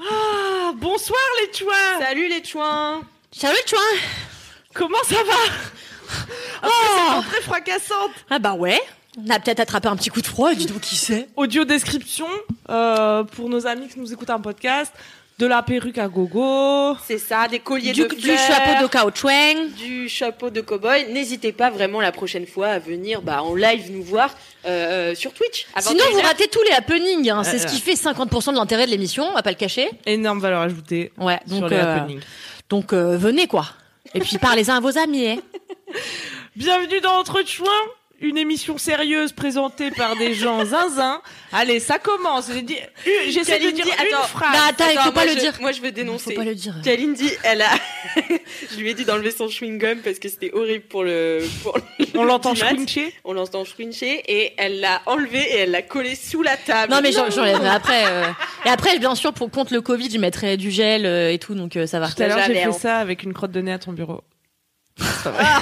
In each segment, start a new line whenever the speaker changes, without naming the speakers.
Ah, bonsoir les chouins
Salut les chouins
Salut les chouins
Comment ça va Oh, très fracassante
Ah bah ouais, on a peut-être attrapé un petit coup de froid, dis donc qui sait
Audio description euh, pour nos amis qui nous écoutent en podcast. De la perruque à gogo.
C'est ça, des colliers
du,
de
du
fleurs,
chapeau de caoutchouc.
du chapeau de cow-boy. N'hésitez pas vraiment la prochaine fois à venir bah, en live nous voir euh, euh, sur Twitch. à
Sinon,
21h.
vous ratez tous les happenings, hein. c'est
Euh,
ce qui fait 50% de l'intérêt de l'émission, on va pas le cacher.
Énorme valeur ajoutée
Ouais,
sur
donc,
les
euh,
happenings.
donc euh, venez quoi. Et puis parlez-en à vos amis. hein.
Bienvenue dans Entre Chouins, une émission sérieuse présentée par des gens zinzin. Allez, ça commence. J'ai dit- euh, J'essaie de
Kalindi,
dire une
attends.
phrase.
Bah, attends, il faut
Attends,
pas
moi,
le
je-
dire.
Moi, je veux
Faut
dénoncer.
pas le dire.
Kalindi, elle a. je lui ai dit d'enlever son chewing-gum parce que c'était horrible pour le. Pour le
On l'entend
dimanche.
scruncher
On l'entend chouincher et elle l'a enlevé et elle l'a collé sous la table.
Non mais j'en- j'enlève mais après. euh, Et après, bien sûr, pour contre le Covid, je mettrai du gel euh, et tout, donc euh, ça va.
Tout à l'heure, j'ai
jamais,
fait
hein.
ça avec une crotte de nez à ton bureau.
Ah.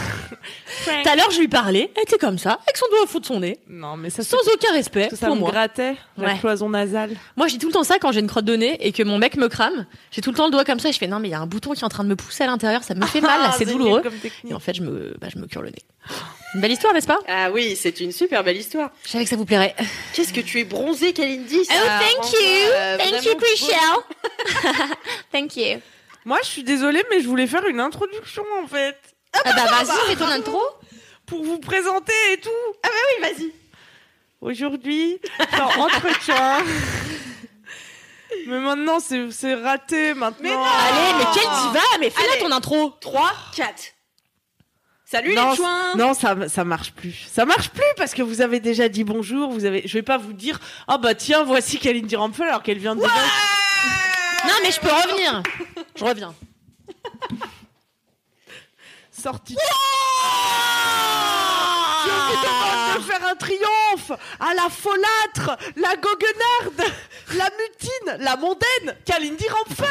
Tout à l'heure, je lui parlais, elle était comme ça, avec son doigt au fond de son nez,
Non, mais ça, c'est
sans aucun respect
parce que ça
pour
me
moi.
grattait la
Ouais.
cloison nasale.
Moi, j'ai tout le temps ça quand j'ai une crotte de nez et que mon mec me crame. J'ai tout le temps le doigt comme ça. Et je fais non, mais il y a un bouton qui est en train de me pousser à l'intérieur. Ça me fait mal, là, c'est
Ah,
douloureux.
nul comme technique.
Et en fait, je me, bah, je me cure le nez. Une belle histoire, n'est-ce pas
Ah oui, c'est une super belle histoire.
Je savais que ça vous plairait.
Qu'est-ce que tu es bronzée,
Oh,
Kalindi ça renvoie, euh, vraiment
thank you.
Moi, je suis désolée, mais je voulais faire une introduction en fait.
Ah bah vas-y, fais ton intro.
Pour vous présenter et tout.
Oui, vas-y.
Aujourd'hui, dans Entretien. mais maintenant, c'est c'est raté maintenant.
Mais non
Allez, mais quelle diva Mais fais-la
Allez.
ton intro.
3, 4. Salut
non,
les chouins
non, ça ça marche plus. Ça marche plus parce que vous avez déjà dit bonjour. Vous avez, je vais pas vous dire. Ah bah tiens, voici Kalindi Rampel alors qu'elle vient de.
Non, mais je peux revenir. Je reviens.
sortie. Je vous demande de faire un triomphe à la folâtre, la goguenarde, la mutine, la mondaine, Kalindi Rampfel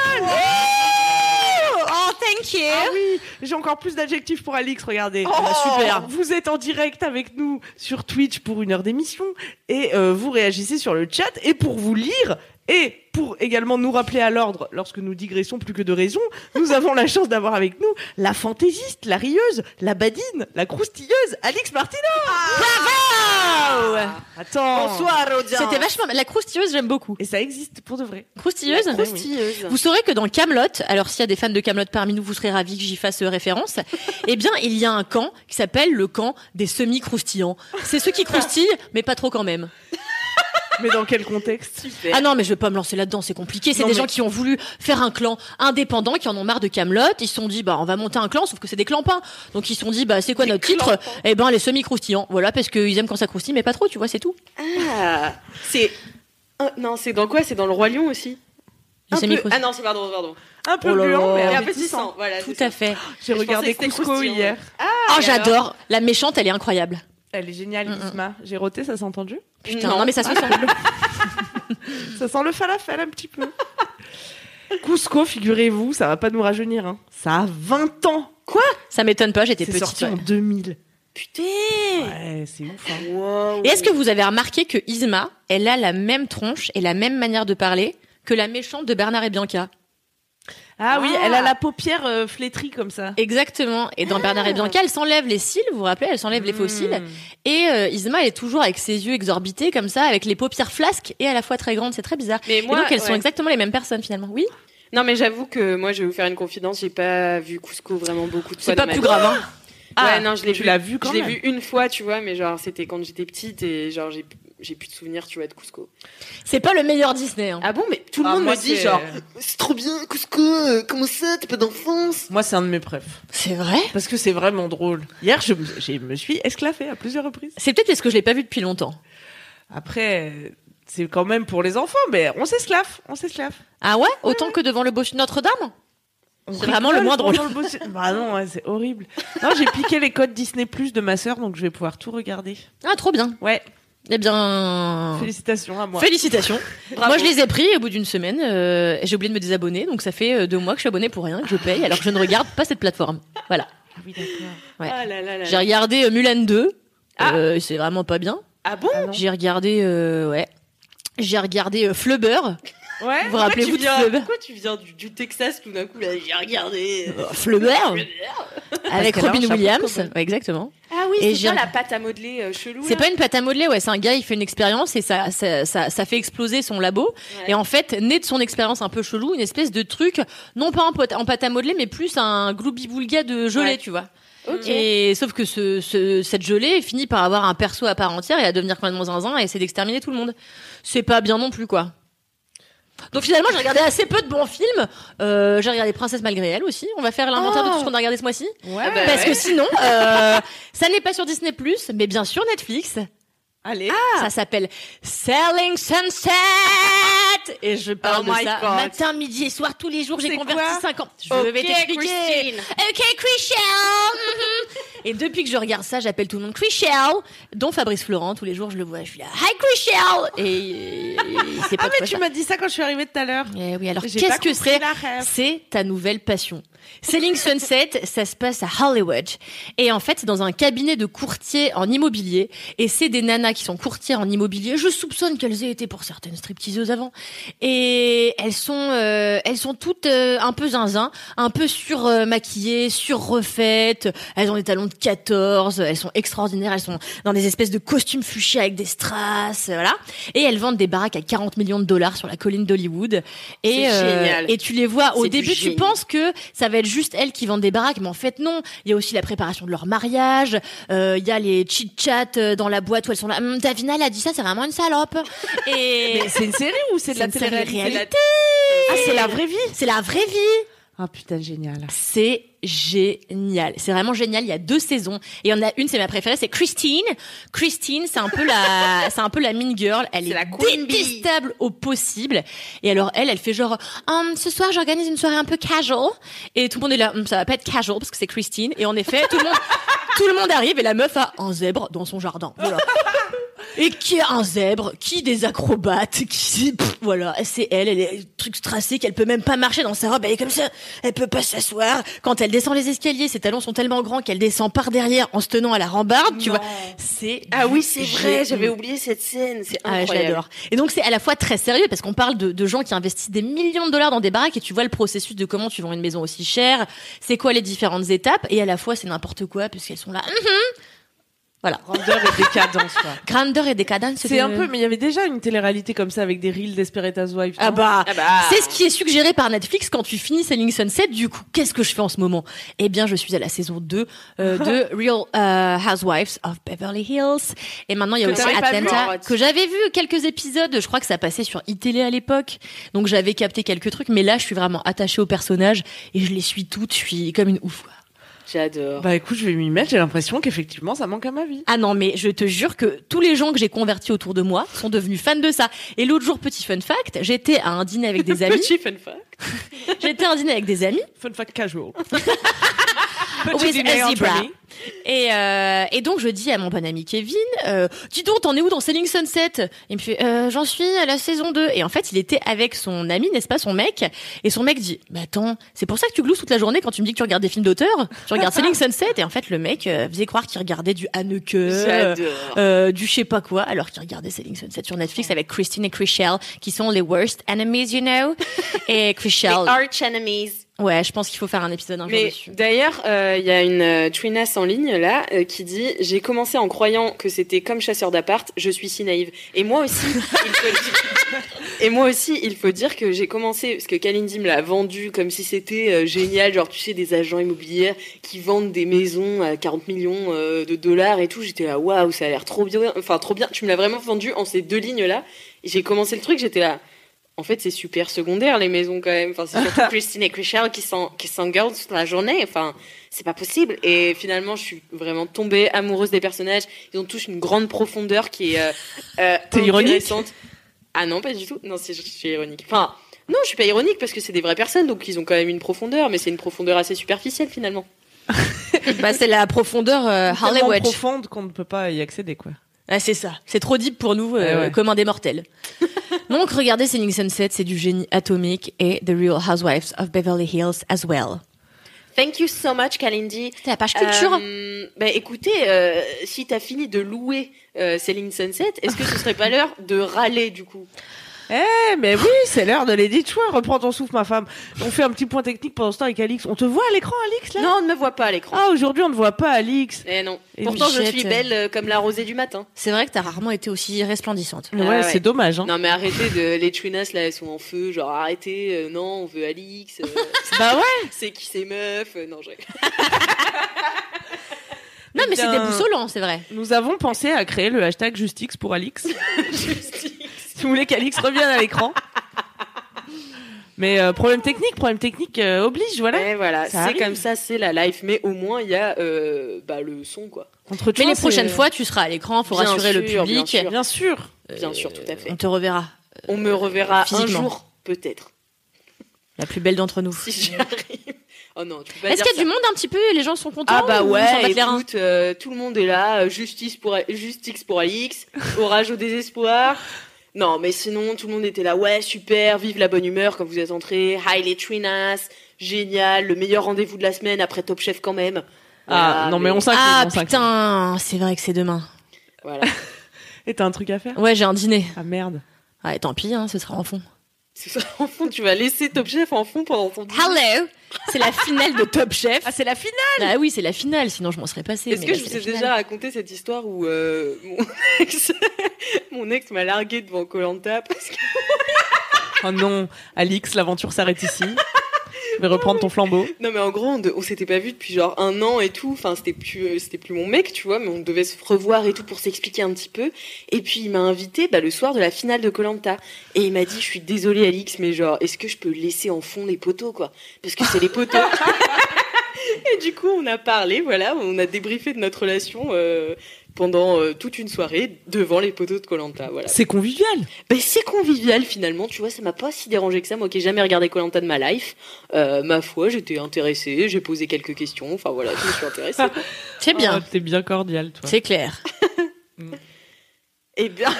Oh, thank you.
Ah oui, j'ai encore plus d'adjectifs pour Alix, regardez. Ah,
Oh, bah, super.
Vous êtes en direct avec nous sur Twitch pour une heure d'émission et euh, vous réagissez sur le chat et pour vous lire et pour également nous rappeler à l'ordre lorsque nous digressons plus que de raison, nous avons la chance d'avoir avec nous la fantaisiste, la rieuse, la badine, la croustilleuse, Alix Martino.
Ah. Bravo.
Attends.
audience
C'était vachement. La croustilleuse, j'aime beaucoup.
Et ça existe pour de vrai.
Croustilleuse.
Croustilleuse.
Vous saurez que dans Camelot, alors s'il y a des fans de Camelot parmi nous, vous serez ravis que j'y fasse euh, référence. eh bien, il y a un camp qui s'appelle le camp des semi-croustillants. C'est ceux qui croustillent, mais pas trop quand même.
Mais dans quel contexte
Super.
Ah non, mais je vais pas me lancer là-dedans, c'est compliqué. C'est
Non,
des
mais-
gens qui ont voulu faire un clan indépendant, qui en ont marre de Camelot. Ils se sont dit, bah, on va monter un clan, sauf que c'est des clampins. Donc ils se sont dit, bah, c'est quoi
Des
notre titre
clampins.
Eh ben, les semi-croustillants. Voilà, parce qu'ils aiment quand ça croustille, mais pas trop, tu vois, c'est tout.
Ah, c'est... Ah, non, c'est dans quoi C'est dans le Roi Lion aussi
Les
Un peu-
semi-croustillants.
Ah non, c'est pardon, pardon.
Un peu
Oh là
gluant,
là.
mais un
Et un
peu
petit
puissant.
sang, voilà.
tout
c'est
à
ça.
fait.
J'ai
Je
regardé
pensais que c'était
Cusco
croustillant.
hier.
oh,
et
j'adore. La méchante, elle est incroyable.
Elle est géniale,
Mm-mm.
Isma. J'ai roté, ça s'est entendu
Putain, non, mais ça se sent.
Ça sent le falafel un petit peu. Cusco, figurez-vous, ça va pas nous rajeunir. hein. Ça a 20 ans.
Ça m'étonne pas, j'étais
C'est
petite.
sorti
ouais.
en 2000.
Putain
Ouais, c'est ouf. hein.
Wow.
Et est-ce que vous avez remarqué que Isma, elle a la même tronche et la même manière de parler que la méchante de Bernard et Bianca
Ah oui,
Ah.
elle a la paupière euh, flétrie comme ça.
Exactement. Et dans Bernard et Bianca, elle s'enlève les cils, vous vous rappelez, elle s'enlève les faux cils.
Mm.
Ah.
Et euh, Isma, elle est toujours avec ses yeux exorbités comme ça, avec les paupières flasques et à la fois très grandes, c'est très bizarre.
Mais
Et
moi,
donc elles sont
ouais.
exactement les mêmes personnes finalement, oui
Non, mais j'avoue que moi, je vais vous faire une confidence. J'ai pas vu Cusco vraiment beaucoup de fois.
C'est pas
dans ma
plus
vie.
grave, hein
Ah,
ouais, non, je l'ai
tu
vu.
l'as vu quand
Je l'ai
même.
vu une fois, tu vois, mais genre, c'était quand j'étais petite et genre, j'ai j'ai plus de souvenirs, tu vois, de Cusco.
C'est pas le meilleur Disney. hein.
Ah bon, mais tout le
Ah,
monde
moi,
me dit
c'est-
genre, c'est trop bien, Cusco, euh, comment ça, t'es pas d'enfance
Moi, c'est un de mes prefs.
C'est vrai
Parce que c'est vraiment drôle. Hier, je, me- je me suis esclaffée à plusieurs reprises.
C'est peut-être parce que je l'ai pas vu depuis longtemps.
Après, c'est quand même pour les enfants, mais on s'esclave, on s'esclave.
Ah ouais Autant que devant le bossu de Notre-Dame
On
C'est vraiment
rigole
le moins
pendant
drôle.
le bossu- bah non, ouais, c'est horrible. Non, j'ai piqué les codes Disney Plus de ma sœur, donc je vais pouvoir tout regarder.
Ah, trop bien.
Ouais,
Eh
Ah.
bien.
félicitations à moi.
Félicitations.
Bravo.
Moi, je les ai pris au bout d'une semaine. euh, j'ai oublié de me désabonner, donc ça fait euh, deux mois que je suis abonnée pour rien, que je paye, alors que je ne regarde pas cette plateforme. Voilà.
Ah oui, d'accord.
Ouais.
Ah là là là.
J'ai regardé euh, Mulan 2.
Ah.
euh, c'est vraiment pas bien.
Ah bon
Ah non.
J'ai regardé, euh, ouais. J'ai regardé euh, Flubber.
Ouais,
Vous vous
Pourquoi
rappelez-vous
tu
de
viens-
Flubber
Pourquoi tu viens du, du Texas tout d'un coup là J'ai regardé. euh,
Euh, Flubber Avec
qu'elle a un
Robin
chapeau de
Williams.
cowboy.
Ouais, exactement.
Ah oui,
Et
c'est
j'ai-
bien la pâte à modeler euh, chelou.
C'est
là.
pas une pâte à modeler, ouais. C'est un gars, il fait une expérience et ça, ça, ça, ça fait exploser son labo.
Ouais.
Et en fait, né de son expérience un peu chelou, une espèce de truc, non pas en, pot- en pâte à modeler, mais plus un gloubi-boulga de gelée,
Ouais.
tu vois.
Ok.
Et sauf que ce, ce- cette gelée finit par avoir un perso à part entière et à devenir complètement zinzin et essayer d'exterminer tout le monde. C'est pas bien non plus, quoi. Donc finalement, j'ai regardé assez peu de bons films. Euh, j'ai regardé Princesse malgré elle aussi. On va faire l'inventaire de tout ce qu'on a regardé ce mois-ci.
Ouais.
Ah bah
Parce
Oh. ouais.
que sinon, euh, ça n'est pas sur Disney+, mais bien sûr Netflix.
Allez.
Ah.
Ça s'appelle Selling Sunset Et je parle
Oh
de
my
ça
God.
matin, midi et soir, tous les jours. J'ai
C'est
converti
quoi
5 ans. Je
Ok,
vais t'expliquer.
Christine.
Ok, Chrishell Mm-hmm. Et depuis que je regarde ça, j'appelle tout le monde Chrishell, dont Fabrice Florent. Tous les jours, je le vois, je suis là, Hi Chrishell Et il sait pas
Ah,
de
mais
quoi
tu
ça.
m'as dit ça quand je suis arrivée tout à l'heure.
Eh oui, alors
J'ai
qu'est-ce
pas
que
compris
c'est
la ref.
C'est ta nouvelle passion. Selling Sunset, ça se passe à Hollywood. Et en fait, c'est dans un cabinet de courtiers en immobilier. Et c'est des nanas qui sont courtières en immobilier. Je soupçonne qu'elles aient été pour certaines stripteaseuses avant. Et elles sont, euh, elles sont toutes euh, un peu zinzin, un peu sur euh, maquillées, sur refaites. Elles ont des talons de 14. Elles sont extraordinaires. Elles sont dans des espèces de costumes fuchsia avec des strass. euh, Voilà. Et elles vendent des baraques à 40 millions de dollars sur la colline d'Hollywood. Et,
C'est
euh,
génial.
et tu les vois au
C'est du
début, tu
génie.
penses que ça va être juste elles qui vendent des baraques, mais en fait non. Il y a aussi la préparation de leur mariage. euh, Il y a les chit chats dans la boîte où elles sont là. Hum, Davina, elle a dit ça, c'est vraiment une salope. Et
Mais c'est une série ou c'est de
C'est
la
une série
télé-réalité
réalité.
Ah, c'est la vraie vie
c'est la vraie vie.
Ah putain, génial.
C'est génial. C'est vraiment génial. Il y a deux saisons. Et il y en a une, c'est ma préférée, c'est Christine. Christine, c'est un peu la, c'est un peu la mean girl. Elle est,
C'est la queen bee.
détestable au possible. Et alors, elle, elle fait genre, Hum, ce soir, j'organise une soirée un peu casual. Et tout le monde est là, Hum, ça va pas être casual parce que c'est Christine. Et en effet, tout le monde, tout le monde arrive et la meuf a un zèbre dans son jardin. Voilà. Et qui a un zèbre, qui des acrobates, qui pff, voilà, c'est elle, elle est truc tracé qu'elle peut même pas marcher dans sa robe, elle est comme ça, elle peut pas s'asseoir. Quand elle descend les escaliers, ses talons sont tellement grands qu'elle descend par derrière en se tenant à la rambarde, tu vois. C'est
Ah oui,
du
c'est vrai,
génie.
j'avais oublié cette scène. C'est
Ah,
incroyable.
j'adore. Et donc c'est à la fois très sérieux parce qu'on parle de, de gens qui investissent des millions de dollars dans des baraques et tu vois le processus de comment tu vends une maison aussi chère, c'est quoi les différentes étapes et à la fois c'est n'importe quoi puisqu'elles sont là. Mhm. Voilà.
Grandeur et décadence, quoi.
Grandeur et euh, décadence.
C'est
de-
un peu, mais il y avait déjà une télé-réalité comme ça avec des reels d'Esperate Housewives.
Ah
non
bah,
Ah bah.
c'est ce qui est suggéré par Netflix quand tu finis Selling Sunset. Du coup, qu'est-ce que je fais en ce moment Eh bien, je suis à la saison 2 euh, de Real euh, Housewives of Beverly Hills. Et maintenant, il y a
Que
aussi
t'avais pas vu,
Atlanta,
Laurette.
que j'avais vu quelques épisodes. Je crois que ça passait sur iTélé à l'époque. Donc, j'avais capté quelques trucs. Mais là, je suis vraiment attachée aux personnages et je les suis toutes. Je suis comme une ouf. quoi.
J'adore.
Bah écoute, je vais m'y mettre, j'ai l'impression qu'effectivement ça manque à ma vie.
Ah non, mais je te jure que tous les gens que j'ai convertis autour de moi sont devenus fans de ça. Et l'autre jour, petit fun fact, j'étais à un dîner avec des amis.
Petit fun fact.
j'étais à un dîner avec des amis.
Fun fact casual.
With
dîner
a
entre
zebra.
amis.
Et, euh, et donc je dis à mon bon ami Kevin, euh, dis donc, t'en es où dans Selling Sunset Il me fait, Euh, j'en suis à la saison 2. Et en fait, il était avec son ami, n'est-ce pas, son mec. Et son mec dit, bah attends, c'est pour ça que tu glousses toute la journée quand tu me dis que tu regardes des films d'auteur Tu regardes Selling Sunset Et en fait, le mec euh, faisait croire qu'il regardait du Haneke, euh,
J'adore.
euh, du je sais pas quoi, alors qu'il regardait Selling Sunset sur Netflix avec Christine et Chrishell, qui sont les worst enemies, you know. et
Les
Chrishell,
arch enemies.
ouais, je pense qu'il faut faire un épisode un jour
Mais
dessus.
d'ailleurs, euh, il y a une euh, Twinas en ligne là euh, qui dit J'ai commencé en croyant que c'était comme chasseur d'appart, je suis si naïve. Et moi aussi, il faut dire- Et moi aussi, il faut dire que j'ai commencé, parce que Kalindi me l'a vendu comme si c'était euh, génial, genre tu sais, des agents immobiliers qui vendent des maisons à 40 millions euh, de dollars et tout. J'étais là, waouh, ça a l'air trop bien, enfin trop bien. Tu me l'as vraiment vendu en ces deux lignes là. Et J'ai commencé le truc, j'étais là. En fait, c'est super secondaire les maisons quand même. Enfin, c'est surtout Christine et Chrishell qui s'en- qui s'engueulent toute la journée. Enfin, c'est pas possible. Et finalement, je suis vraiment tombée amoureuse des personnages. Ils ont tous une grande profondeur qui est euh, euh,
T'es ironique
intéressante. Ah non, pas du tout. Non, c'est- je suis ironique. Enfin, non, je suis pas ironique parce que c'est des vraies personnes, donc ils ont quand même une profondeur, mais c'est une profondeur assez superficielle finalement.
bah, c'est la profondeur euh, Harley
Tellement
Wedge.
profonde qu'on ne peut pas y accéder, quoi.
Ah, c'est ça. C'est trop deep pour nous, euh,
Ouais, ouais.
comme un des mortels. Donc, regardez Selling Sunset, c'est du génie atomique et The Real Housewives of Beverly Hills as well.
Thank you so much, Kalindi.
C'est la page culture.
Euh, bah, écoutez, euh, si t'as fini de louer euh, Céline Sunset, est-ce que ce serait pas l'heure de râler du coup
Eh, mais oui, c'est l'heure de Lady Choix. Reprends ton souffle, ma femme. On fait un petit point technique pendant ce temps avec Alix. On te voit à l'écran, Alix, là
Non, on ne me voit pas à l'écran.
Ah, aujourd'hui, on ne voit pas
Oh.
Alix.
Eh non.
Et
Pourtant, je
Bichette.
suis belle euh, comme la rosée du matin.
C'est vrai que t'as rarement été aussi resplendissante.
Ouais,
ouais.
c'est dommage. Hein.
Non, mais arrêtez de. Les Twinas là, elles sont en feu. Genre, arrêtez. euh, non, on veut Alix. euh,
Bah ouais.
c'est qui ces meufs Euh, Non, je rigole. Eh
Non, mais c'est
Bien.
déboussolant, c'est vrai.
Nous avons pensé à créer le hashtag Justix pour Alix.
Justice.
si vous voulez qu'Alix revienne à l'écran. Mais euh, problème technique, problème technique euh, oblige, voilà.
Et Eh, voilà,
Ça
c'est
arrive.
comme ça, c'est la life. Mais au moins, il y a euh, bah, le son, quoi.
Entre
Mais
toi,
les
c'est-
prochaines fois, tu seras à l'écran, faut
Bien
rassurer le
sûr, bien
public.
sûr.
Bien sûr.
Bien sûr, tout à fait.
On te reverra.
On me reverra un
Euh, physiquement.
jour, peut-être.
La plus belle d'entre nous.
Si j'y arrive. Oh non, tu peux pas
Est-ce
dire
qu'il y
ça.
a du monde un petit peu Les gens sont contents
Ah bah
ou ils s'en
ouais,
battent les reins
écoute, euh, tout le monde est là. euh, Justice pour, justice pour Alix, orage au désespoir. Non, mais sinon, tout le monde était là. Ouais, super, vive la bonne humeur quand vous êtes entrés. Hi les Trinas, génial, le meilleur rendez-vous de la semaine après Top Chef quand même.
Ah,
Voilà,
non, mais on s'incline.
Ah
on s'incline.
putain, c'est vrai que c'est demain.
Voilà.
Et t'as un truc à faire
Ouais, j'ai un dîner.
Ah merde.
Ouais, tant pis, hein, ce sera en fond.
C'est ça, en fond, tu vas laisser Top Chef en fond pendant ton dîner.
Hello C'est la finale de Top Chef.
c'est la finale
Ah oui, c'est la finale, sinon je m'en serais passée.
Est-ce
mais
que
là,
je vous
c'est la
ai
finale.
déjà raconté cette histoire où euh, mon ex, mon ex m'a largué devant Colanta parce que
Oh non, Alix, l'aventure s'arrête ici. Mais reprendre ton flambeau.
non mais en gros on, de- on s'était pas vu depuis genre un an et tout. Enfin c'était plus euh, c'était plus mon mec tu vois mais on devait se revoir et tout pour s'expliquer un petit peu. Et puis il m'a invité bah, le soir de la finale de Colanta et il m'a dit je suis désolée Alix mais genre est-ce que je peux laisser en fond les poteaux quoi parce que c'est les poteaux. et du coup on a parlé voilà on a débriefé de notre relation. euh, pendant euh, toute une soirée devant les poteaux de Colanta voilà
C'est convivial.
Ben, c'est convivial finalement, tu vois, ça m'a pas si dérangé que ça. Moi qui ai jamais regardé Colanta de ma life, euh, ma foi, j'étais intéressée, j'ai posé quelques questions, enfin voilà, je me suis intéressée.
C'est
Oh,
bien,
Euh,
T'es bien cordial, toi.
c'est clair.
Et bien,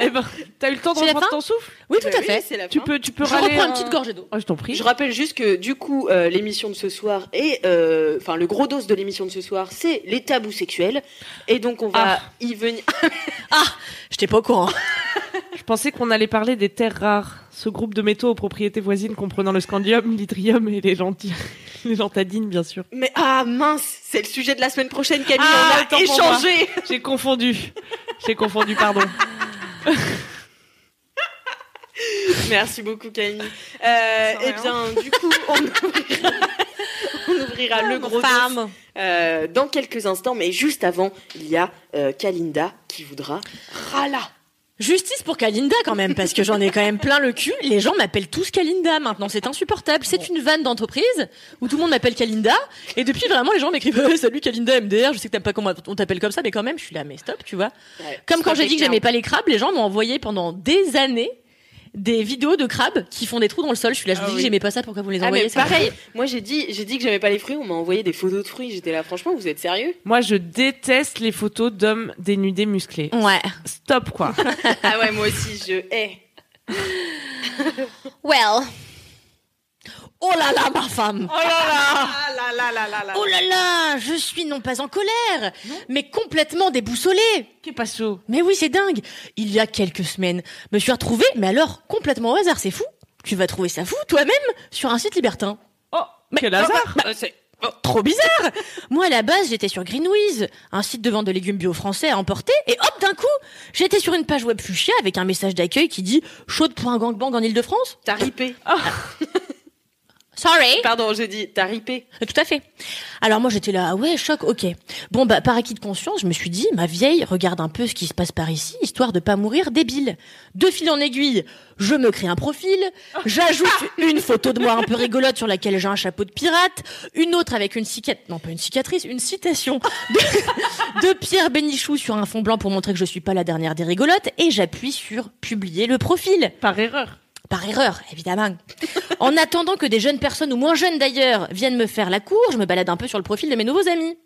Eh ben, t'as eu le temps de
C'est la
reprendre
fin
ton souffle
Oui, tout
bah
à
oui,
fait.
c'est la
Tu
fin.
peux, tu peux
Je
râler
reprends
un-
une petite gorgée d'eau.
Oh, je t'en prie.
Je rappelle juste que du coup, euh, l'émission de ce soir et euh, enfin le gros dos de l'émission de ce soir, c'est les tabous sexuels, et donc on va y venir.
J'étais pas au courant.
Je pensais qu'on allait parler des terres rares, ce groupe de métaux aux propriétés voisines comprenant le scandium, l'hydrium et les, lentilles, les lentadines, bien sûr.
Mais ah mince, c'est le sujet de la semaine prochaine, Camille,
Ah,
on
autant
a
pour moi.
échangé.
J'ai confondu. J'ai confondu, pardon.
Merci beaucoup Camille. Euh,
Sans
et
rien.
bien, du coup, on ouvrira, on ouvrira le gros dos. Euh, dans quelques instants, mais juste avant, il y a euh, Kalinda qui voudra Rala.
Justice pour Kalinda quand même, parce que j'en ai quand même plein le cul. Les gens m'appellent tous Kalinda maintenant, c'est insupportable. C'est une vanne d'entreprise où tout le monde m'appelle Kalinda. Et depuis vraiment, les gens m'écrivent Eh, Salut Kalinda MDR, je sais que t'aimes pas comment on t'appelle comme ça, mais quand même, je suis là, mais stop, tu vois.
euh,
Comme quand j'ai dit que j'aimais pas les crabes, les gens m'ont envoyé pendant des années des vidéos de crabes qui font des trous dans le sol. Je suis là, je vous
Ah
dis
oui.
que j'aimais pas ça, pourquoi vous les
Ah,
envoyez
mais
ça me
pareil, moi j'ai dit, j'ai dit que j'aimais pas les fruits, on m'a envoyé des photos de fruits, j'étais là, franchement, vous êtes sérieux
Moi, je déteste les photos d'hommes dénudés musclés.
fait- Ouais.
Stop, quoi.
Ah ouais, moi aussi, je hais.
Well. Oh là là, ma femme
Oh là là
Ah là là là là là.
Oh là là, je suis non pas en colère, mais complètement déboussolée.
Qu'est-ce pas chaud
Mais oui, c'est dingue. Il y a quelques semaines, me suis retrouvée, mais alors complètement au hasard, c'est fou. Tu vas trouver ça fou toi-même sur un site libertin.
Oh, quel hasard
Euh, c'est-
Trop bizarre Moi, à la base, j'étais sur Greenwiz, un site de vente de légumes bio français à emporter, et hop, d'un coup, j'étais sur une page web fuchsia avec un message d'accueil qui dit « Chaude pour un gangbang en Ile-de-France
T'as ripé.
Sorry.
Pardon, j'ai dit, t'as ripé.
Tout à fait. Alors moi j'étais là, ah ouais, choc, ok. Bon bah par acquis de conscience, je me suis dit, ma vieille, regarde un peu ce qui se passe par ici, histoire de pas mourir débile. De fil en aiguille, je me crée un profil, j'ajoute une photo de moi un peu rigolote sur laquelle j'ai un chapeau de pirate, une autre avec une cicatrice, non pas une cicatrice, une citation de, de Pierre Bénichou sur un fond blanc pour montrer que je suis pas la dernière des rigolotes, et j'appuie sur publier le profil.
Par erreur.
Par erreur, évidemment. en attendant que des jeunes personnes, ou moins jeunes d'ailleurs, viennent me faire la cour, je me balade un peu sur le profil de mes nouveaux amis.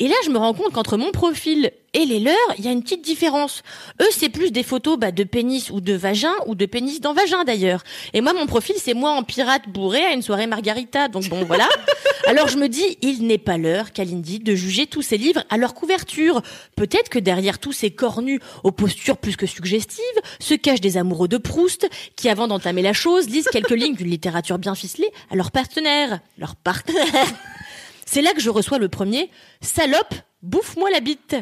Et là, je me rends compte qu'entre mon profil et les leurs, il y a une petite différence. Eux, c'est plus des photos bah, de pénis ou de vagin, ou de pénis dans vagin d'ailleurs. Et moi, mon profil, c'est moi en pirate bourré à une soirée margarita. Donc bon, voilà. Alors je me dis, il n'est pas l'heure, Kalindi, de juger tous ces livres à leur couverture. Peut-être que derrière tous ces corps nus aux postures plus que suggestives, se cachent des amoureux de Proust qui, avant d'entamer la chose, lisent quelques lignes d'une littérature bien ficelée à leur partenaire. Leur partenaire. C'est là que je reçois le premier salope, bouffe-moi la bite.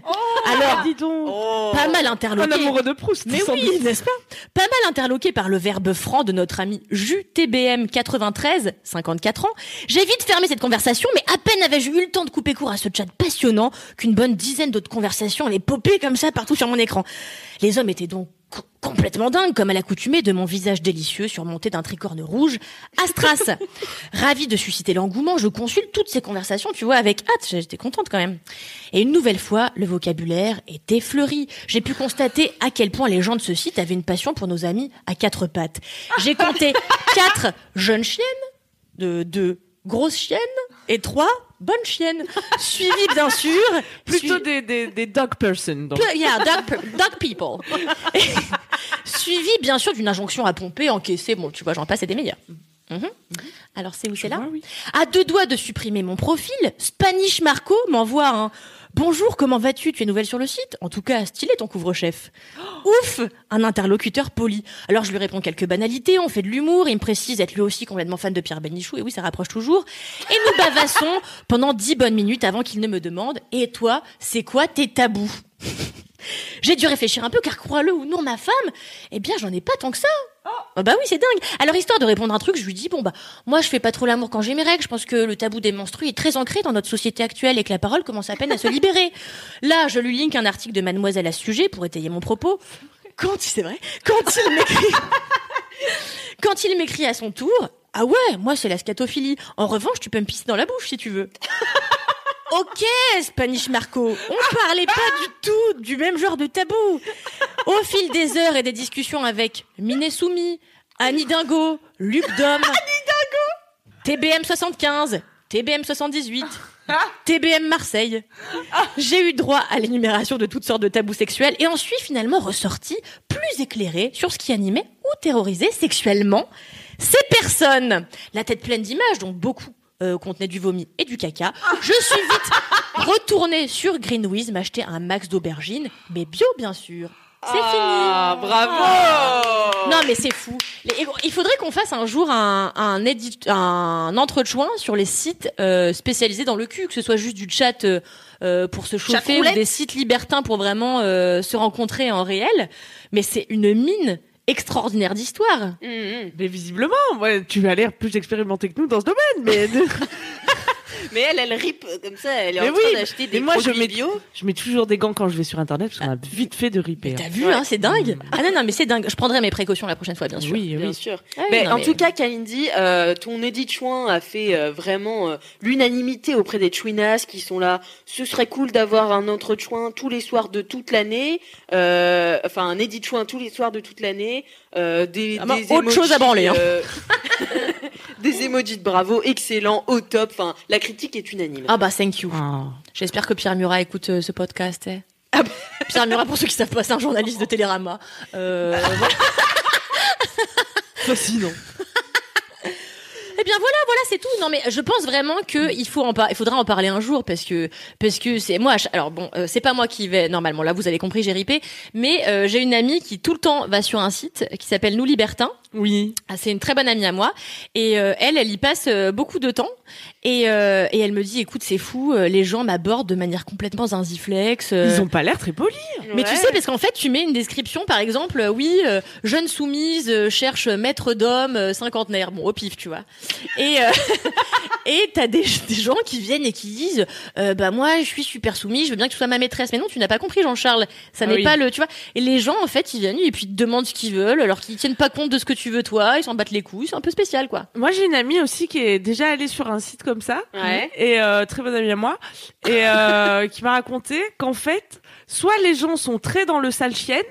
Alors,
Oh, dis donc.
Oh.
pas mal
Un
interloqué.
amoureux de Proust.
Ah, Mais
sans
oui,
doute.
n'est-ce pas Pas mal interloqué par le verbe franc de notre ami JUTBM93, 54 ans, j'ai vite fermé cette conversation, mais à peine avais-je eu le temps de couper court à ce chat passionnant qu'une bonne dizaine d'autres conversations allaient popper comme ça partout sur mon écran. Les hommes étaient donc co- complètement dingues, comme à l'accoutumée de mon visage délicieux surmonté d'un tricorne rouge, Astras. Ravi de susciter l'engouement, je consulte toutes ces conversations, tu vois, avec hâte, j'étais contente quand même. Et une nouvelle fois, le vocabulaire était fleuri. J'ai pu constater à quel point les gens de ce site avaient une passion pour nos amis à quatre pattes. J'ai compté quatre jeunes chiennes, de deux grosses chiennes et trois bonnes chiennes, suivies bien sûr,
Plutôt
sui-
des, des, des dog person. donc.
Pe- yeah, dog, pe- dog people. Suivi bien sûr d'une injonction à pomper, encaisser. Bon, tu vois, j'en passe et des meilleurs. Mhm. Alors c'est où c'est là
vois, Ah oui.
À deux doigts de supprimer mon profil, Spanish Marco m'envoie un Bonjour, comment vas-tu Tu es nouvelle sur le site En tout cas, stylé ton couvre-chef. Ouf Un interlocuteur poli. Alors je lui réponds quelques banalités, on fait de l'humour, il me précise être lui aussi complètement fan de Pierre Bénichou, et oui, ça rapproche toujours. Et nous bavassons pendant dix bonnes minutes avant qu'il ne me demande Et toi, c'est quoi tes tabous j'ai dû réfléchir un peu, car crois-le ou non, ma femme, eh bien, j'en ai pas tant que ça. Ah bah oui, c'est dingue. Alors, histoire de répondre à un truc, je lui dis, bon, bah, moi, je fais pas trop l'amour quand j'ai mes règles. Je pense que le tabou des menstrues est très ancré dans notre société actuelle et que la parole commence à peine à se libérer. Là, je lui link un article de Mademoiselle à ce sujet pour étayer mon propos. Quand, c'est vrai, quand il m'écrit, quand il m'écrit à son tour, ah ouais, moi, c'est la scatophilie. En revanche, tu peux me pisser dans la bouche si tu veux. Ok, Spanish Marco, on parlait pas du tout du même genre de tabou. Au fil des heures et des discussions avec Minet Soumi, Annie Dingo, Luc Dom, TBM 75, TBM 78,
Ah.
TBM Marseille, j'ai eu droit à l'énumération de toutes sortes de tabous sexuels et en suis finalement ressorti plus éclairé sur ce qui animait ou terrorisait sexuellement ces personnes. La tête pleine d'images, donc beaucoup euh, contenaient du vomi et du caca.
Ah.
Je suis vite retournée sur Greenwiz m'acheter un max d'aubergines, mais bio bien sûr. C'est
Ah,
fini.
bravo
Non mais c'est fou. Les- Il faudrait qu'on fasse un jour un un, édit, un entrejoint sur les sites euh, spécialisés dans le cul, que ce soit juste du chat euh, euh, pour se
Chat
chauffer ou
roulette.
des sites libertins pour vraiment euh, se rencontrer en réel. Mais c'est une mine extraordinaire d'histoire.
Mhm.
Mais visiblement, ouais, tu as l'air plus expérimenté que nous dans ce domaine. Mais
Mais elle, elle ripe euh, comme ça, elle est
Mais
en
oui,
train d'acheter
mais
des
moi, je
produits
mets-
bio.
je mets toujours des gants quand je vais sur Internet parce qu'on a vite fait de ripper.
T'as
hein.
vu, hein, c'est dingue. Ah non non mais c'est dingue. Je prendrai mes précautions la prochaine fois bien sûr.
Oui,
Bien
oui.
sûr.
Ah oui,
Mais
non,
Ben, en tout cas, Kalindi, euh, ton Edith Chouin a fait euh, vraiment euh, l'unanimité auprès des Chouinas qui sont là. Ce serait cool d'avoir un autre Chouin tous les soirs de toute l'année. Euh, enfin, un Edith Chouin tous les soirs de toute l'année. Euh, des,
Ah ben,
des
autre chose à branler, hein.
euh, des emojis de bravo, excellent, au top. Enfin, la critique est unanime.
Ah bah thank you.
Ah.
J'espère que Pierre Murat écoute euh, ce podcast. eh.
Ah bah.
Pierre Murat, pour ceux qui savent pas, c'est un journaliste de Télérama. Euh, voilà.
Fascinant.
Eh bien voilà, voilà, c'est tout. Non mais je pense vraiment que
Mm.
il faut en par- il faudra en parler un jour parce que parce que c'est moi. à ch- Alors bon, euh, c'est pas moi qui vais normalement. Là, vous avez compris, j'ai ripé. Mais euh, j'ai une amie qui tout le temps va sur un site qui s'appelle Nous Libertins.
Oui.
Ah, c'est une très bonne amie à moi et euh, elle elle y passe euh, beaucoup de temps et, euh, et elle me dit écoute c'est fou euh, les gens m'abordent de manière complètement zinziflex euh,
Ils ont pas l'air très polis.
Mais tu
Ouais.
sais, parce qu'en fait, tu mets une description, par exemple, euh, oui, euh, jeune soumise euh, cherche maître d'homme euh, cinquantenaire. Bon, au pif, tu vois. Et euh, et t'as des, des gens qui viennent et qui disent euh, bah moi je suis super soumise, je veux bien que tu sois ma maîtresse. Mais non, tu n'as pas compris Jean-Charles. Ça
Ah
n'est
oui.
pas le, tu vois. Et les gens en fait ils viennent et puis ils te demandent ce qu'ils veulent alors qu'ils tiennent pas compte de ce que tu veux toi. Ils s'en battent les couilles. C'est un peu spécial quoi.
Moi, j'ai une amie aussi qui est déjà allée sur un site comme ça.
Ouais.
Et euh, très bonne amie à moi. Et euh, qui m'a raconté qu'en fait, soit les gens sont très dans le sale chienne,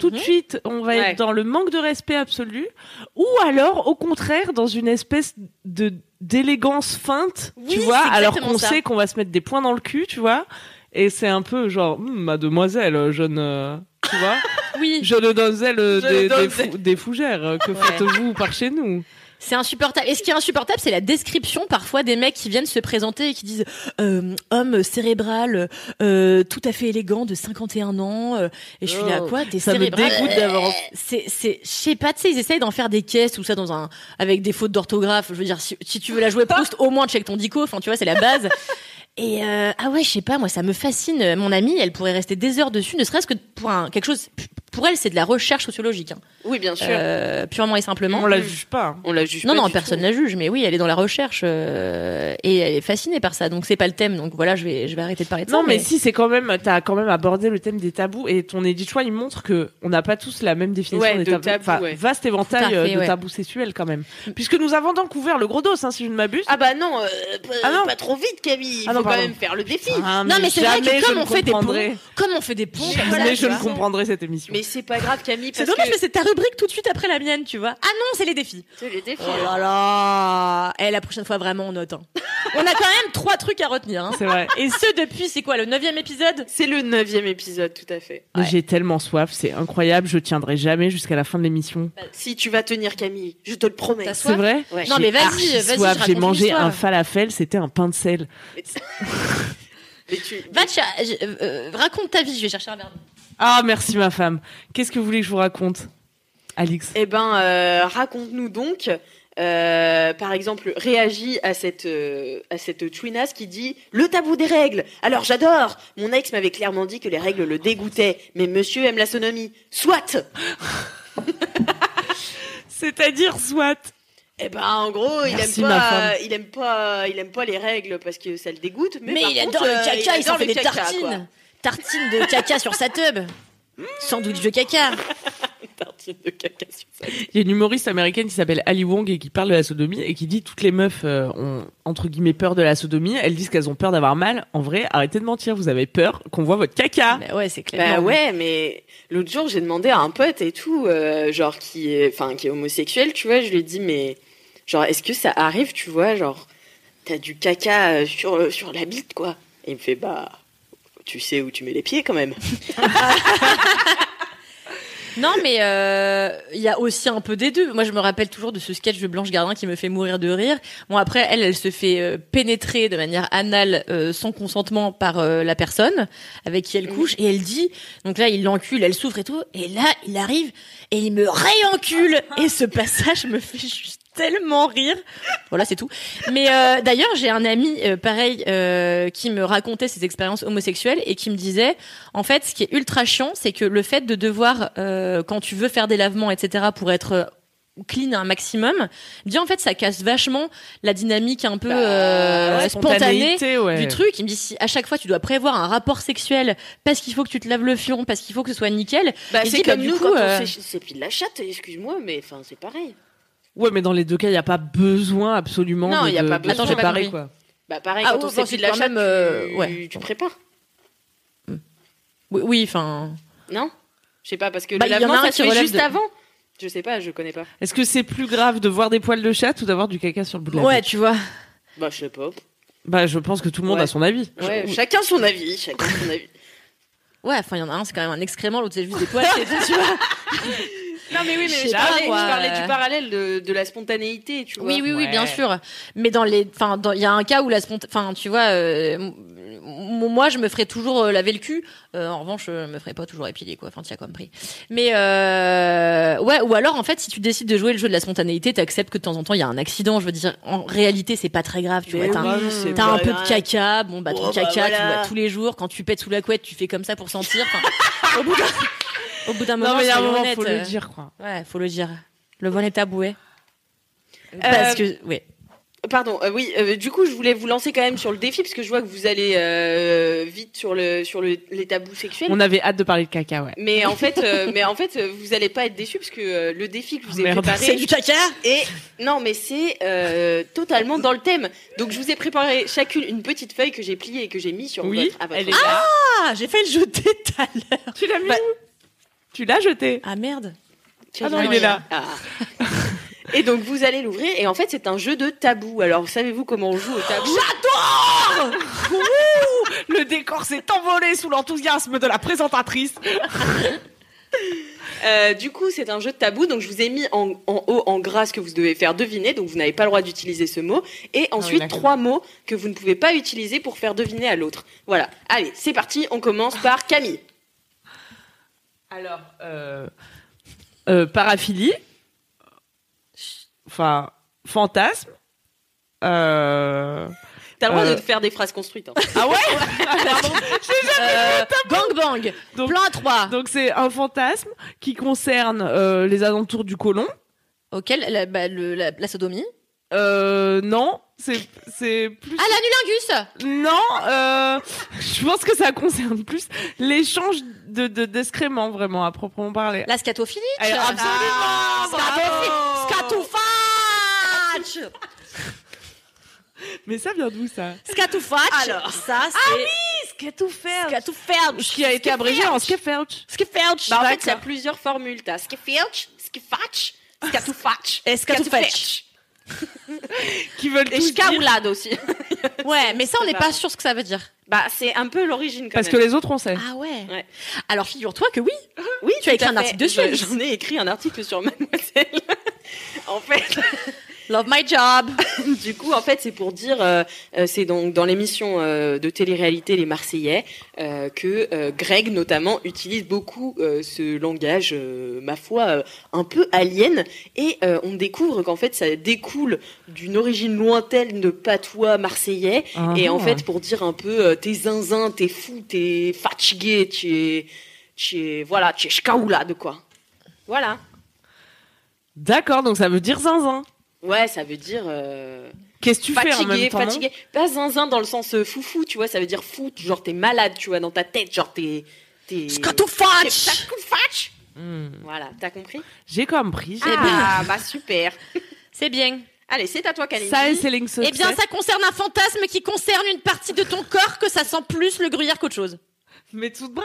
tout de
Mhm.
suite, on va
Ouais.
être dans le manque de respect absolu, ou alors, au contraire, dans une espèce de d'élégance feinte,
Oui,
tu vois,
c'est
alors
exactement
qu'on
ça.
sait qu'on va se mettre des points dans le cul, tu vois. Et c'est un peu genre, Hum, mademoiselle, jeune, euh, tu vois,
Oui.
jeune donzelle euh,
Jeune
des, des,
donzelle.
fou- des fougères, euh, que
Ouais.
faites-vous par chez nous
C'est insupportable. Et ce qui est insupportable, c'est la description parfois des mecs qui viennent se présenter et qui disent euh, homme cérébral, euh, tout à fait élégant, de 51 ans. euh. et je suis là,
Oh,
quoi T'es
Ça me
cérébral
dégoûte d'avoir
C'est, c'est, je sais pas, tu sais, ils essayent d'en faire des caisses ou ça dans un, avec des fautes d'orthographe. Je veux dire, si, si tu veux la jouer Proust, au moins check ton dico. Enfin, tu vois, c'est la base. Et euh, ah ouais, je sais pas, moi ça me fascine. Mon amie, elle pourrait rester des heures dessus, ne serait-ce que pour un, quelque chose. Pour elle, c'est de la recherche sociologique, hein.
Oui, bien sûr.
Euh, purement et simplement.
On la juge pas.
On la juge
Non,
pas
non,
du
personne
tout.
la juge, mais oui, elle est dans la recherche euh, et elle est fascinée par ça. Donc c'est pas le thème, donc voilà, je vais, je vais arrêter de parler de ça.
Non, mais si, c'est quand même, t'as quand même abordé le thème des tabous et ton édit choix, il montre que on n'a pas tous la même définition
Ouais,
des
de
tabous.
tabous,
Enfin,
ouais.
vaste éventail
Tout à
euh,
fait,
de
ouais.
tabous sexuels quand même. Puisque nous avons donc couvert le gros dos, hein, si je ne m'abuse.
Ah bah non, euh, pas,
Ah non.
pas trop vite Camille, il
Ah non,
faut quand
pardon.
même faire le défi.
Ah,
Non, mais c'est vrai que
jamais
comme
je
on
ne
fait des ponts,
comprendrai-
Comme on fait des ponts, comme
Voilà,
jamais
ça,
je
tu
ne
vois.
comprendrai cette émission.
Mais c'est pas grave Camille
C'est
parce
dommage,
que
mais c'est ta rubrique tout de suite après la mienne, tu vois. Ah non, c'est les défis.
C'est le défi.
Oh là là. Eh, la prochaine fois, vraiment, on note. hein. on a quand même trois trucs à retenir. hein.
C'est vrai.
Et ce, depuis, c'est quoi, le neuvième épisode
C'est le neuvième épisode tout à fait.
Ouais.
J'ai tellement soif, c'est incroyable, je tiendrai jamais jusqu'à la fin de l'émission.
Si tu vas tenir Camille, je te le promets.
T'as soif
C'est vrai
Ouais.
Bah, Non, mais
J'ai
vas-y,
archi
vas-y, je
soif, J'ai
raconte
mangé
l'histoire.
un falafel, c'était un pain de sel.
Mais tu-
Va, tcha- euh, euh, raconte ta vie, je vais chercher un verre.
Ah, merci ma femme. Qu'est-ce que vous voulez que je vous raconte Alix
Eh ben, euh, raconte-nous donc, euh, par exemple, réagis à cette, euh, à cette chouinasse qui dit le tabou des règles. Alors j'adore. Mon ex m'avait clairement dit que les règles le dégoûtaient, mais monsieur aime la sonomie. Soit.
C'est-à-dire, soit.
Eh ben, en gros, il
Merci,
aime
ma
pas,
femme.
il aime pas, il aime pas les règles parce que ça le dégoûte. Mais,
Mais
par
il
contre,
adore
euh,
le
il
caca, il s'en
adore
fait
le
des
caca,
tartines.
quoi.
Tartines de caca sur sa teub. Sandwich de caca.
Tartines de caca sur ça.
Il y a une humoriste américaine qui s'appelle Ali Wong et qui parle de la sodomie et qui dit toutes les meufs euh, ont entre guillemets peur de la sodomie. Elles disent qu'elles ont peur d'avoir mal. En vrai, arrêtez de mentir. Vous avez peur qu'on voit votre caca.
Bah ouais, c'est clair.
Bah
Non,
ouais, mais l'autre jour, j'ai demandé à un pote et tout, euh, genre qui est, enfin, qui est homosexuel, tu vois, je lui ai dit, mais genre, est-ce que ça arrive, tu vois, genre, t'as du caca euh, sur, euh, sur la bite, quoi. Et il me fait, bah, tu sais où tu mets les pieds quand même.
Non, mais euh, il y a aussi un peu des deux. Moi, je me rappelle toujours de ce sketch de Blanche Gardin qui me fait mourir de rire. Bon, après, elle, elle se fait euh, pénétrer de manière anale, euh, sans consentement, par euh, la personne avec qui elle couche, et elle dit. Donc là, il l'encule, elle souffre et tout, et là, il arrive et il me réencule. Et ce passage me fait juste tellement rire. Voilà, c'est tout. Mais euh, d'ailleurs, j'ai un ami euh, pareil euh, qui me racontait ses expériences homosexuelles et qui me disait, en fait, ce qui est ultra chiant, c'est que le fait de devoir, euh, quand tu veux faire des lavements, etc., pour être euh, clean un maximum, eh bien en fait, ça casse vachement la dynamique un peu
Bah,
euh,
La
spontanée
spontanéité, ouais.
du truc. Il me dit si à chaque fois tu dois prévoir un rapport sexuel parce qu'il faut que tu te laves le fion, parce qu'il faut que ce soit nickel.
Bah,
Il
c'est
dit, bah,
comme
du
nous
coup,
quand
euh,
on s'é- s'épile la chatte, excuse-moi, mais enfin, c'est pareil.
Ouais, mais dans les deux cas, il n'y a pas besoin absolument
Non,
de,
y a
de-
pas
de
besoin.
se
Attends, j'ai pas
séparer,
compris.
quoi.
Bah, pareil,
Ah,
quand
ouais,
on
enfin,
s'épile
c'est
la
quand
chatte,
même, euh,
tu,
ouais.
tu prépares,
Oui, oui, enfin.
non Je sais pas, parce que
Bah,
le
il y en a
lavement,
un
ça
qui
se fait
relève
juste
de-
avant. Je sais pas, je connais pas.
Est-ce que c'est plus grave de voir des poils de chat ou d'avoir du caca sur le bout de la
Ouais,
bouche
tu vois.
Bah, je sais pas.
Bah, je pense que tout le monde
Ouais.
a son avis.
Ouais, chacun son avis, chacun son avis.
Ouais, enfin, il y en a un, c'est quand même un excrément, l'autre, c'est juste des poils. c'est- tu vois.
Non mais oui,
Je
mais
sais
je,
pas,
parlais,
quoi.
je parlais du parallèle de, de la spontanéité, tu vois.
Oui, oui, oui,
Ouais.
bien sûr. Mais dans les, enfin, dans- il y a un cas où la spontan, enfin, tu vois, euh, m- m- moi, je me ferais toujours euh, laver le cul. Euh, en revanche, je me ferais pas toujours épiler, quoi. Enfin, tu as compris. Mais euh, ouais, ou alors, en fait, si tu décides de jouer le jeu de la spontanéité, t'acceptes que de temps en temps, il y a un accident. Je veux dire, en réalité, c'est pas très grave, tu vois.
Mais
t'as un-
oui, c'est
T'as
pas
un peu de
grave.
caca, bon bah ton
Oh, bah,
caca tu
voilà.
vois tous les jours, quand tu pètes sous la couette tu fais comme ça pour sentir. Enfin, au bout d'un- au bout d'un moment,
non, mais il y a un
soyons
moment,
honnêtes,
faut
euh,
le dire, quoi.
Ouais, faut le dire. Le vol est taboué. Parce que, ouais.
Pardon, euh, oui, euh, du coup, je voulais vous lancer quand même sur le défi, parce que je vois que vous allez euh, vite sur, le, sur le, les tabous sexuels.
On avait hâte de parler de caca, ouais.
Mais en fait, euh, mais en fait, euh, vous allez pas être déçus parce que euh, le défi que je vous ai
Merde.
préparé
Ah, C'est du caca
est non, mais c'est euh, totalement dans le thème. Donc je vous ai préparé chacune une petite feuille que j'ai pliée et que j'ai mis sur
Oui,
votre. à votre-
elle est là.
Ah, j'ai failli le jeter tout à l'heure.
Tu l'as mis
Bah-
où Tu l'as jeté.
Ah merde.
Quelle
Ah non, il
dinguerie.
est là.
Ah. Et donc vous allez l'ouvrir et en fait c'est un jeu de tabou. Alors savez-vous comment on joue au tabou
Le décor s'est envolé sous l'enthousiasme de la présentatrice.
Euh, du coup, c'est un jeu de tabou, donc je vous ai mis en, en haut en gras ce que vous devez faire deviner, donc vous n'avez pas le droit d'utiliser ce mot, et ensuite
d'accord.
trois mots que vous ne pouvez pas utiliser pour faire deviner à l'autre. Voilà. Allez, c'est parti. On commence par Camille.
Alors, euh, euh, paraphilie, enfin, fantasme. Euh...
T'as le droit
Euh.
de te faire des phrases construites. hein.
Ah ouais
Euh, bang bang.
Donc-
Plan à 3.
Donc c'est un fantasme qui concerne euh, les alentours du côlon.
Auquel la, bah, le- la- la sodomie.
Euh, non, c'est c'est plus
Ah l'anulingus
non. euh, je pense que ça concerne plus l'échange de de- d'excréments vraiment à proprement parler.
La Ah, scatophilie
Eh, absolument, bravo.
Scatoufach
Mais ça vient d'où ça
Scatoufach
Alors.
ça c'est
Scatouferge.
Scatoufferge
Qui a été abrégé en Skeferge.
Scatoufferge
Bah, en fait, il y a plusieurs formules. T'as skifilch, skifatch, skatoufach,
Et Scatoufetch
Qui veulent
Et
tous dire.
shkaoulad aussi.
Ouais mais ça on n'est
Bah.
pas sûr ce que ça veut dire
Bah, c'est un peu l'origine quand
Parce que
même.
les autres on sait.
Ah ouais,
Ouais.
Alors figure-toi que oui
Oui,
Tu as
tout
écrit
à
un
fait.
article dessus,
Je-
Alice.
J'en ai écrit un article sur Mademoiselle. en fait,
Love my job
Du coup, en fait, c'est pour dire, euh, euh, c'est donc dans l'émission euh, de télé-réalité Les Marseillais euh, que euh, Greg notamment utilise beaucoup euh, ce langage, euh, ma foi, euh, un peu alien, et euh, on découvre qu'en fait, ça découle d'une origine lointaine de patois marseillais, Ah.
Ah
et en fait, pour dire un peu, euh, t'es zinzin, t'es fou, t'es fatigué, tu es, tu es, voilà, tu es de quoi. Voilà.
D'accord, donc ça veut dire zinzin.
Ouais, ça veut dire. euh,
Qu'est-ce que tu fais en
fatigué,
même temps
fatigué. Pas zinzin dans le sens euh, foufou, tu vois, ça veut dire fou, genre t'es malade, tu vois, dans ta tête, genre t'es. t'es- t'es-
Scatoufach
Scatoufach
Hmm.
Voilà, t'as compris
J'ai compris. j'ai-
Ah, bah super
C'est bien
Allez, c'est à toi, Kalindi.
Ça et Selling
Eh bien ça concerne un fantasme qui concerne une partie de ton corps que ça sent plus le gruyère qu'autre chose
Mais tout de bras.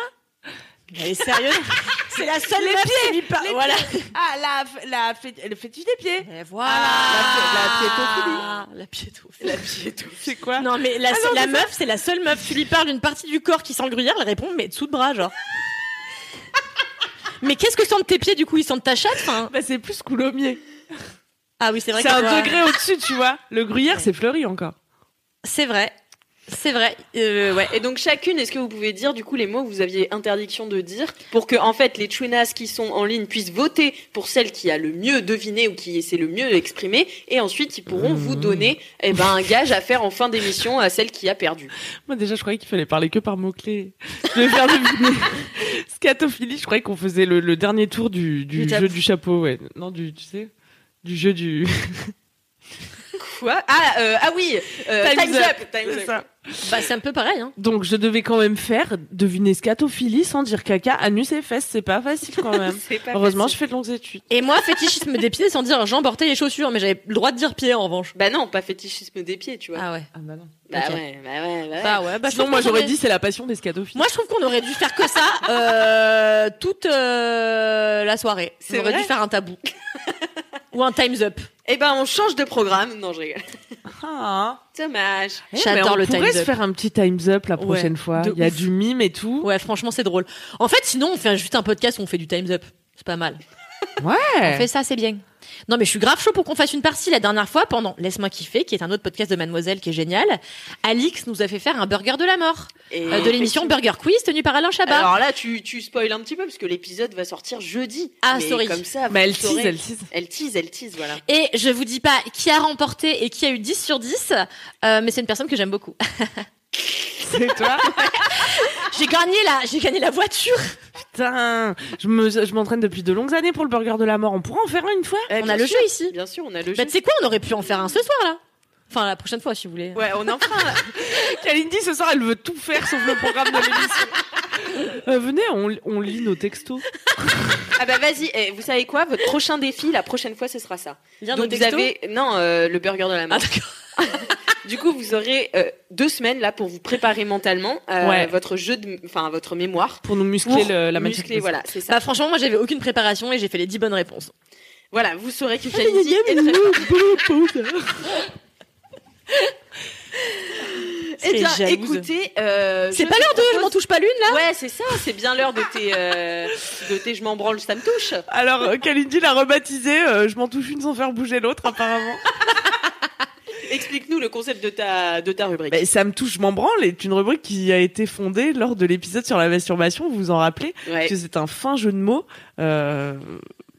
Elle est sérieuse C'est la seule
Les
meuf
pieds,
qui lui parle Voilà
Ah, la, la, fé- le fétiche des pieds.
Et voilà
Ah,
La piétophilie
La piétouffe.
C'est quoi
Non mais la,
Ah non,
la
c'est
meuf, c'est la seule meuf. Tu lui parles d'une partie du corps qui sent le gruyère, elle répond mais dessous de bras genre. mais qu'est-ce que sentent tes pieds du coup Ils sentent ta chatte enfin
Bah, c'est plus coulommier.
Ah oui c'est vrai.
C'est
que-
un degré au-dessus, tu vois. Le gruyère, c'est fleuri encore.
C'est vrai. C'est vrai. Euh, ouais.
Et donc, chacune, est-ce que vous pouvez dire, du coup, les mots que vous aviez interdiction de dire pour que, en fait, les chouinas qui sont en ligne puissent voter pour celle qui a le mieux deviné ou qui essaie le mieux d'exprimer et ensuite, ils pourront vous
Mmh.
donner, eh ben, un gage à faire en fin d'émission à celle qui a perdu.
Moi, déjà, je croyais qu'il fallait parler que par mots-clés. Je vais faire deviner. Scatophilie, je croyais qu'on faisait le, le dernier tour du, du
Du
jeu
tabou.
du chapeau, ouais. Non, du, tu sais, du jeu du.
Quoi ah, euh, ah oui, euh,
Time's
time's,
up.
up, time's
C'est
up.
ça.
Bah c'est un peu pareil hein.
Donc, je devais quand même faire deviner scatophilie sans dire caca, anus et fesses. C'est pas facile quand même.
C'est pas
Heureusement, je
facile.
fais de longues études.
Et moi fétichisme des pieds sans dire jambes, orteils et chaussures, mais j'avais le droit de dire pieds en revanche.
Bah non, pas fétichisme des pieds, tu vois.
Ah ouais.
Ah bah non.
bah,
ok.
ouais, bah ouais, bah ouais.
Bah ouais. Bah, je
Sinon,
trouve
moi,
qu'on
j'aurais
est-
dit c'est la passion des scatophiles.
Moi je trouve qu'on aurait dû faire que ça euh, toute euh, la soirée.
C'est
on aurait
vrai
dû faire un tabou. Ou un time's up.
Eh ben on change de programme. Non, je rigole.
Ah.
Dommage.
Eh,
J'adore
mais
le
on pourrait
time's
se
up.
faire un petit time's up la
Ouais,
prochaine fois.
de
Il y a
ouf.
du mime et tout.
Ouais, franchement, c'est drôle. En fait, sinon, on fait un- juste un podcast où on fait du time's up. C'est pas mal.
Ouais.
On fait ça, c'est bien. Non, mais je suis grave chaud pour qu'on fasse une partie. La dernière fois, pendant Laisse-moi kiffer, qui est un autre podcast de Mademoiselle qui est génial, Alix nous a fait faire un burger de la mort
Et
euh, de l'émission Burger Quiz tenue par Alain Chabat.
Alors là, tu, tu spoil un petit peu parce que l'épisode va sortir jeudi.
Ah,
Mais
sorry.
Comme ça,
Mais
vous
Bah, elle tease,
saurez.
elle tease.
Elle tease, elle tease, voilà.
Et je vous dis pas qui a remporté et qui a eu 10 sur 10, euh, mais c'est une personne que j'aime beaucoup.
C'est toi
j'ai gagné la, j'ai gagné la voiture.
Putain Je me- je m'entraîne depuis de longues années pour
Eh,
le burger de la mort. On pourrait en faire un une fois
on a le jeu ici.
Bien sûr, on a Eh, le jeu.
Bah, tu sais quoi, on aurait pu en faire un ce soir, là. Enfin, la prochaine fois, si vous voulez.
Ouais, on en fera. un.
Kalindi, ce soir, elle veut tout faire sauf le programme de l'émission. Euh, venez, on, on lit nos textos.
Ah bah vas-y. eh, vous savez quoi Votre prochain défi, la prochaine fois, ce sera ça.
Lire nos
Donc vous
textos.
avez non euh, le burger de la
Ah,
mort.
d'accord.
Du coup, vous aurez euh, deux semaines là pour vous préparer mentalement euh,
Ouais.
votre jeu, de... enfin votre mémoire.
Pour nous muscler
Pour
le- la matière.
muscler, voilà, c'est ça.
Bah, franchement, moi, j'avais aucune préparation et j'ai fait les 10 bonnes réponses.
Voilà, vous saurez que Kalindi est très Eh bien,
Serait jalouse.
écoutez, euh,
C'est
je
pas
te
l'heure de je
propose-
m'en touche pas l'une, là
Ouais, c'est ça, c'est bien l'heure de tes, euh, de tes je m'en branle, ça me touche.
Alors, euh, Kalindi l'a rebaptisé euh, Je m'en touche une sans faire bouger l'autre, apparemment.
Explique-nous le concept de ta, de ta rubrique.
Mais ça me touche, je m'en branle est une rubrique qui a été fondée lors de l'épisode sur la masturbation, vous vous en rappelez,
Ouais.
que c'est un fin jeu de mots euh,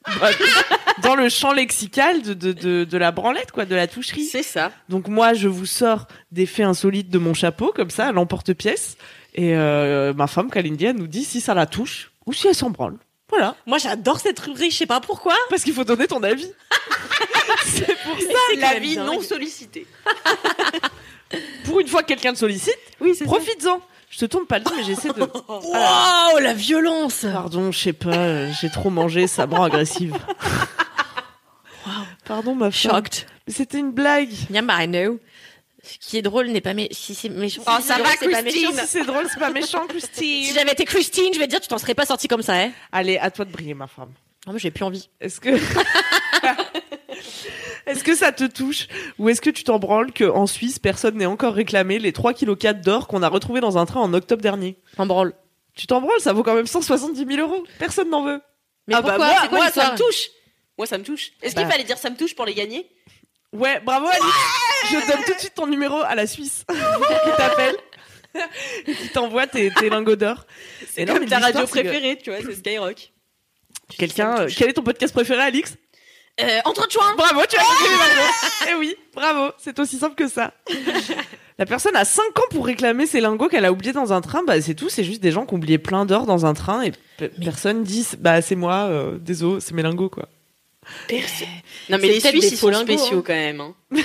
dans le champ lexical de, de, de, de la branlette, quoi, de la toucherie.
C'est ça.
Donc moi, je vous sors des faits insolites de mon chapeau, comme ça, à l'emporte-pièce, et euh, ma femme, Kalindi, elle nous dit si ça la touche ou si elle s'en branle. Voilà,
Moi, j'adore cette rubrique, je sais pas pourquoi.
parce qu'il faut donner ton avis. c'est pour ça.
C'est
c'est quand
la
même
vie
dingue.
non sollicitée.
Pour une fois que quelqu'un te sollicite,
Oui, c'est
profites-en. Je te tourne pas le dos, mais j'essaie de...
Waouh, la violence
Pardon, je sais pas, euh, j'ai trop mangé, ça me rend agressive. Pardon, ma femme.
Shocked.
C'était une blague.
Yam, I know. Ce qui est drôle n'est pas mé- si c'est méchant.
Oh,
si
ça va,
c'est drôle, c'est pas
Christine.
méchant.
Si c'est drôle, c'est pas méchant,
Si
Christine.
j'avais été Christine, je vais te dire, tu t'en serais pas sortie comme ça, hein.
Allez, à toi de briller, ma femme.
Non, mais j'ai plus envie.
Est-ce que. est-ce que ça te touche Ou est-ce que tu t'en branles qu'en Suisse, personne n'ait encore réclamé les 3,4 kg d'or qu'on a retrouvé dans un train en octobre dernier
M'en branle.
Tu t'en branles, ça vaut quand même 170 000 euros. Personne n'en veut.
Mais
ah bah
pourquoi
moi,
C'est quoi
moi, ça
l'histoire
me touche. Moi, ça me touche. Est-ce qu'il
Bah.
fallait dire ça me touche pour les gagner
Ouais, bravo Alice Je donne tout de suite ton numéro à la Suisse qui t'appelle et qui t'envoie tes, tes lingots d'or.
C'est
Et non,
comme
mais
ta radio
l'histoire, c'est que-
préférée, tu vois, c'est Skyrock.
Quelqu'un,
Ça me
euh,
touche.
quel est ton podcast préféré, Alix
Euh, entre toi
Bravo, tu as gagné les lingots. Eh oui, bravo, c'est aussi simple que ça. La personne a 5 ans pour réclamer ses lingots qu'elle a oubliés dans un train. Bah, c'est tout, c'est juste des gens qui ont oublié plein d'or dans un train et pe- personne dit bah c'est moi, euh, désolé, c'est mes lingots quoi.
Non, mais
C'est
les
peut-être
Suisses,
des
ils
faux
sont
lingots,
spéciaux quand même. hein.
Mais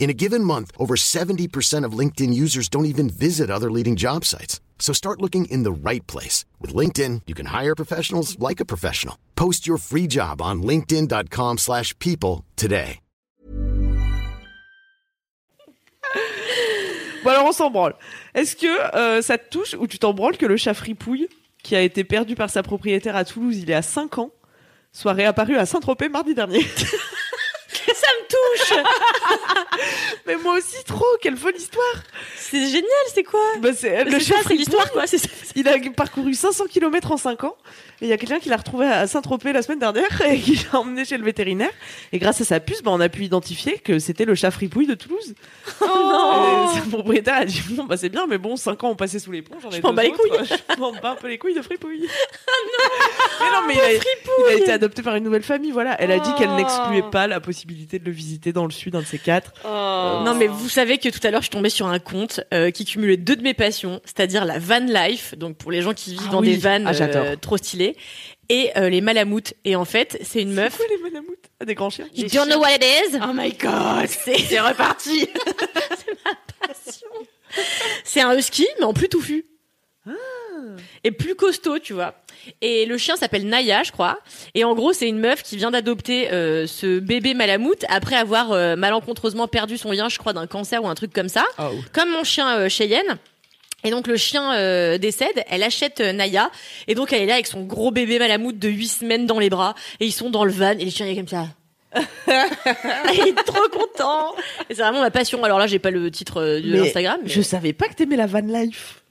In a given month, over 70% of LinkedIn users don't even visit other leading job sites. So start looking in the right place. With LinkedIn, you can hire professionals like a professional. Post your free job on linkedin.com/people slash people today.
Bon alors on s'en branle. Est-ce que euh, ça te touche ou tu t'en branles que le chat fripouille, qui a été perdu par sa propriétaire à Toulouse il y a 5 ans, soit réapparu à Saint-Tropez mardi dernier
ça me touche
Mais moi aussi trop, quelle folle histoire
C'est génial, c'est quoi
Bah, c'est- Le chat
C'est ça, c'est
fripouille,
l'histoire, quoi. C'est ça.
il a parcouru 500 km en 5 ans, et il y a quelqu'un qui l'a retrouvé à Saint-Tropez la semaine dernière et qui l'a emmené chez le vétérinaire. Et grâce à sa puce, bah, on a pu identifier que c'était le chat fripouille de Toulouse.
non.
Oh.
Et Son propriétaire a dit, bon bah c'est bien, mais bon, 5 ans ont passé sous les ponts, j'en ai
Je m'en
deux
bats les Ah,
autres. Je m'en bats un peu les couilles de fripouille. Mais non, mais
Oh,
il a, il a été adopté par une nouvelle famille, voilà. Elle a dit qu'elle
Oh.
n'excluait pas la possibilité de le visiter dans le sud, un de ces quatre.
Oh.
Non mais vous savez que tout à l'heure je suis tombée sur un compte euh, qui cumulait deux de mes passions, c'est-à-dire la van life, donc pour les gens qui vivent
Ah
dans
oui.
des vannes
Ah, j'adore.
euh, trop stylées, et euh, les malamoutes. Et en fait c'est une meuf.
Meuf. les manamoutes Ah, Des grands chiens.
You don't know what it is.
Oh my god, c'est reparti.
C'est un husky mais en plus touffu. Et plus costaud, tu vois. Et le chien s'appelle Naya, je crois. Et en gros, c'est une meuf qui vient d'adopter euh, ce bébé malamoute après avoir euh, malencontreusement perdu son lien, je crois, d'un cancer ou un truc comme ça.
Ah, oh.
comme mon chien euh, Cheyenne. Et donc le chien euh, décède, elle achète euh, Naya et donc elle est là avec son gros bébé malamoute de 8 semaines dans les bras et ils sont dans le van et le chien il est comme ça. il est trop content. Et c'est vraiment ma passion. Alors là, j'ai pas le titre euh, de
Mais
Instagram mais
Je savais pas que t'aimais la van life.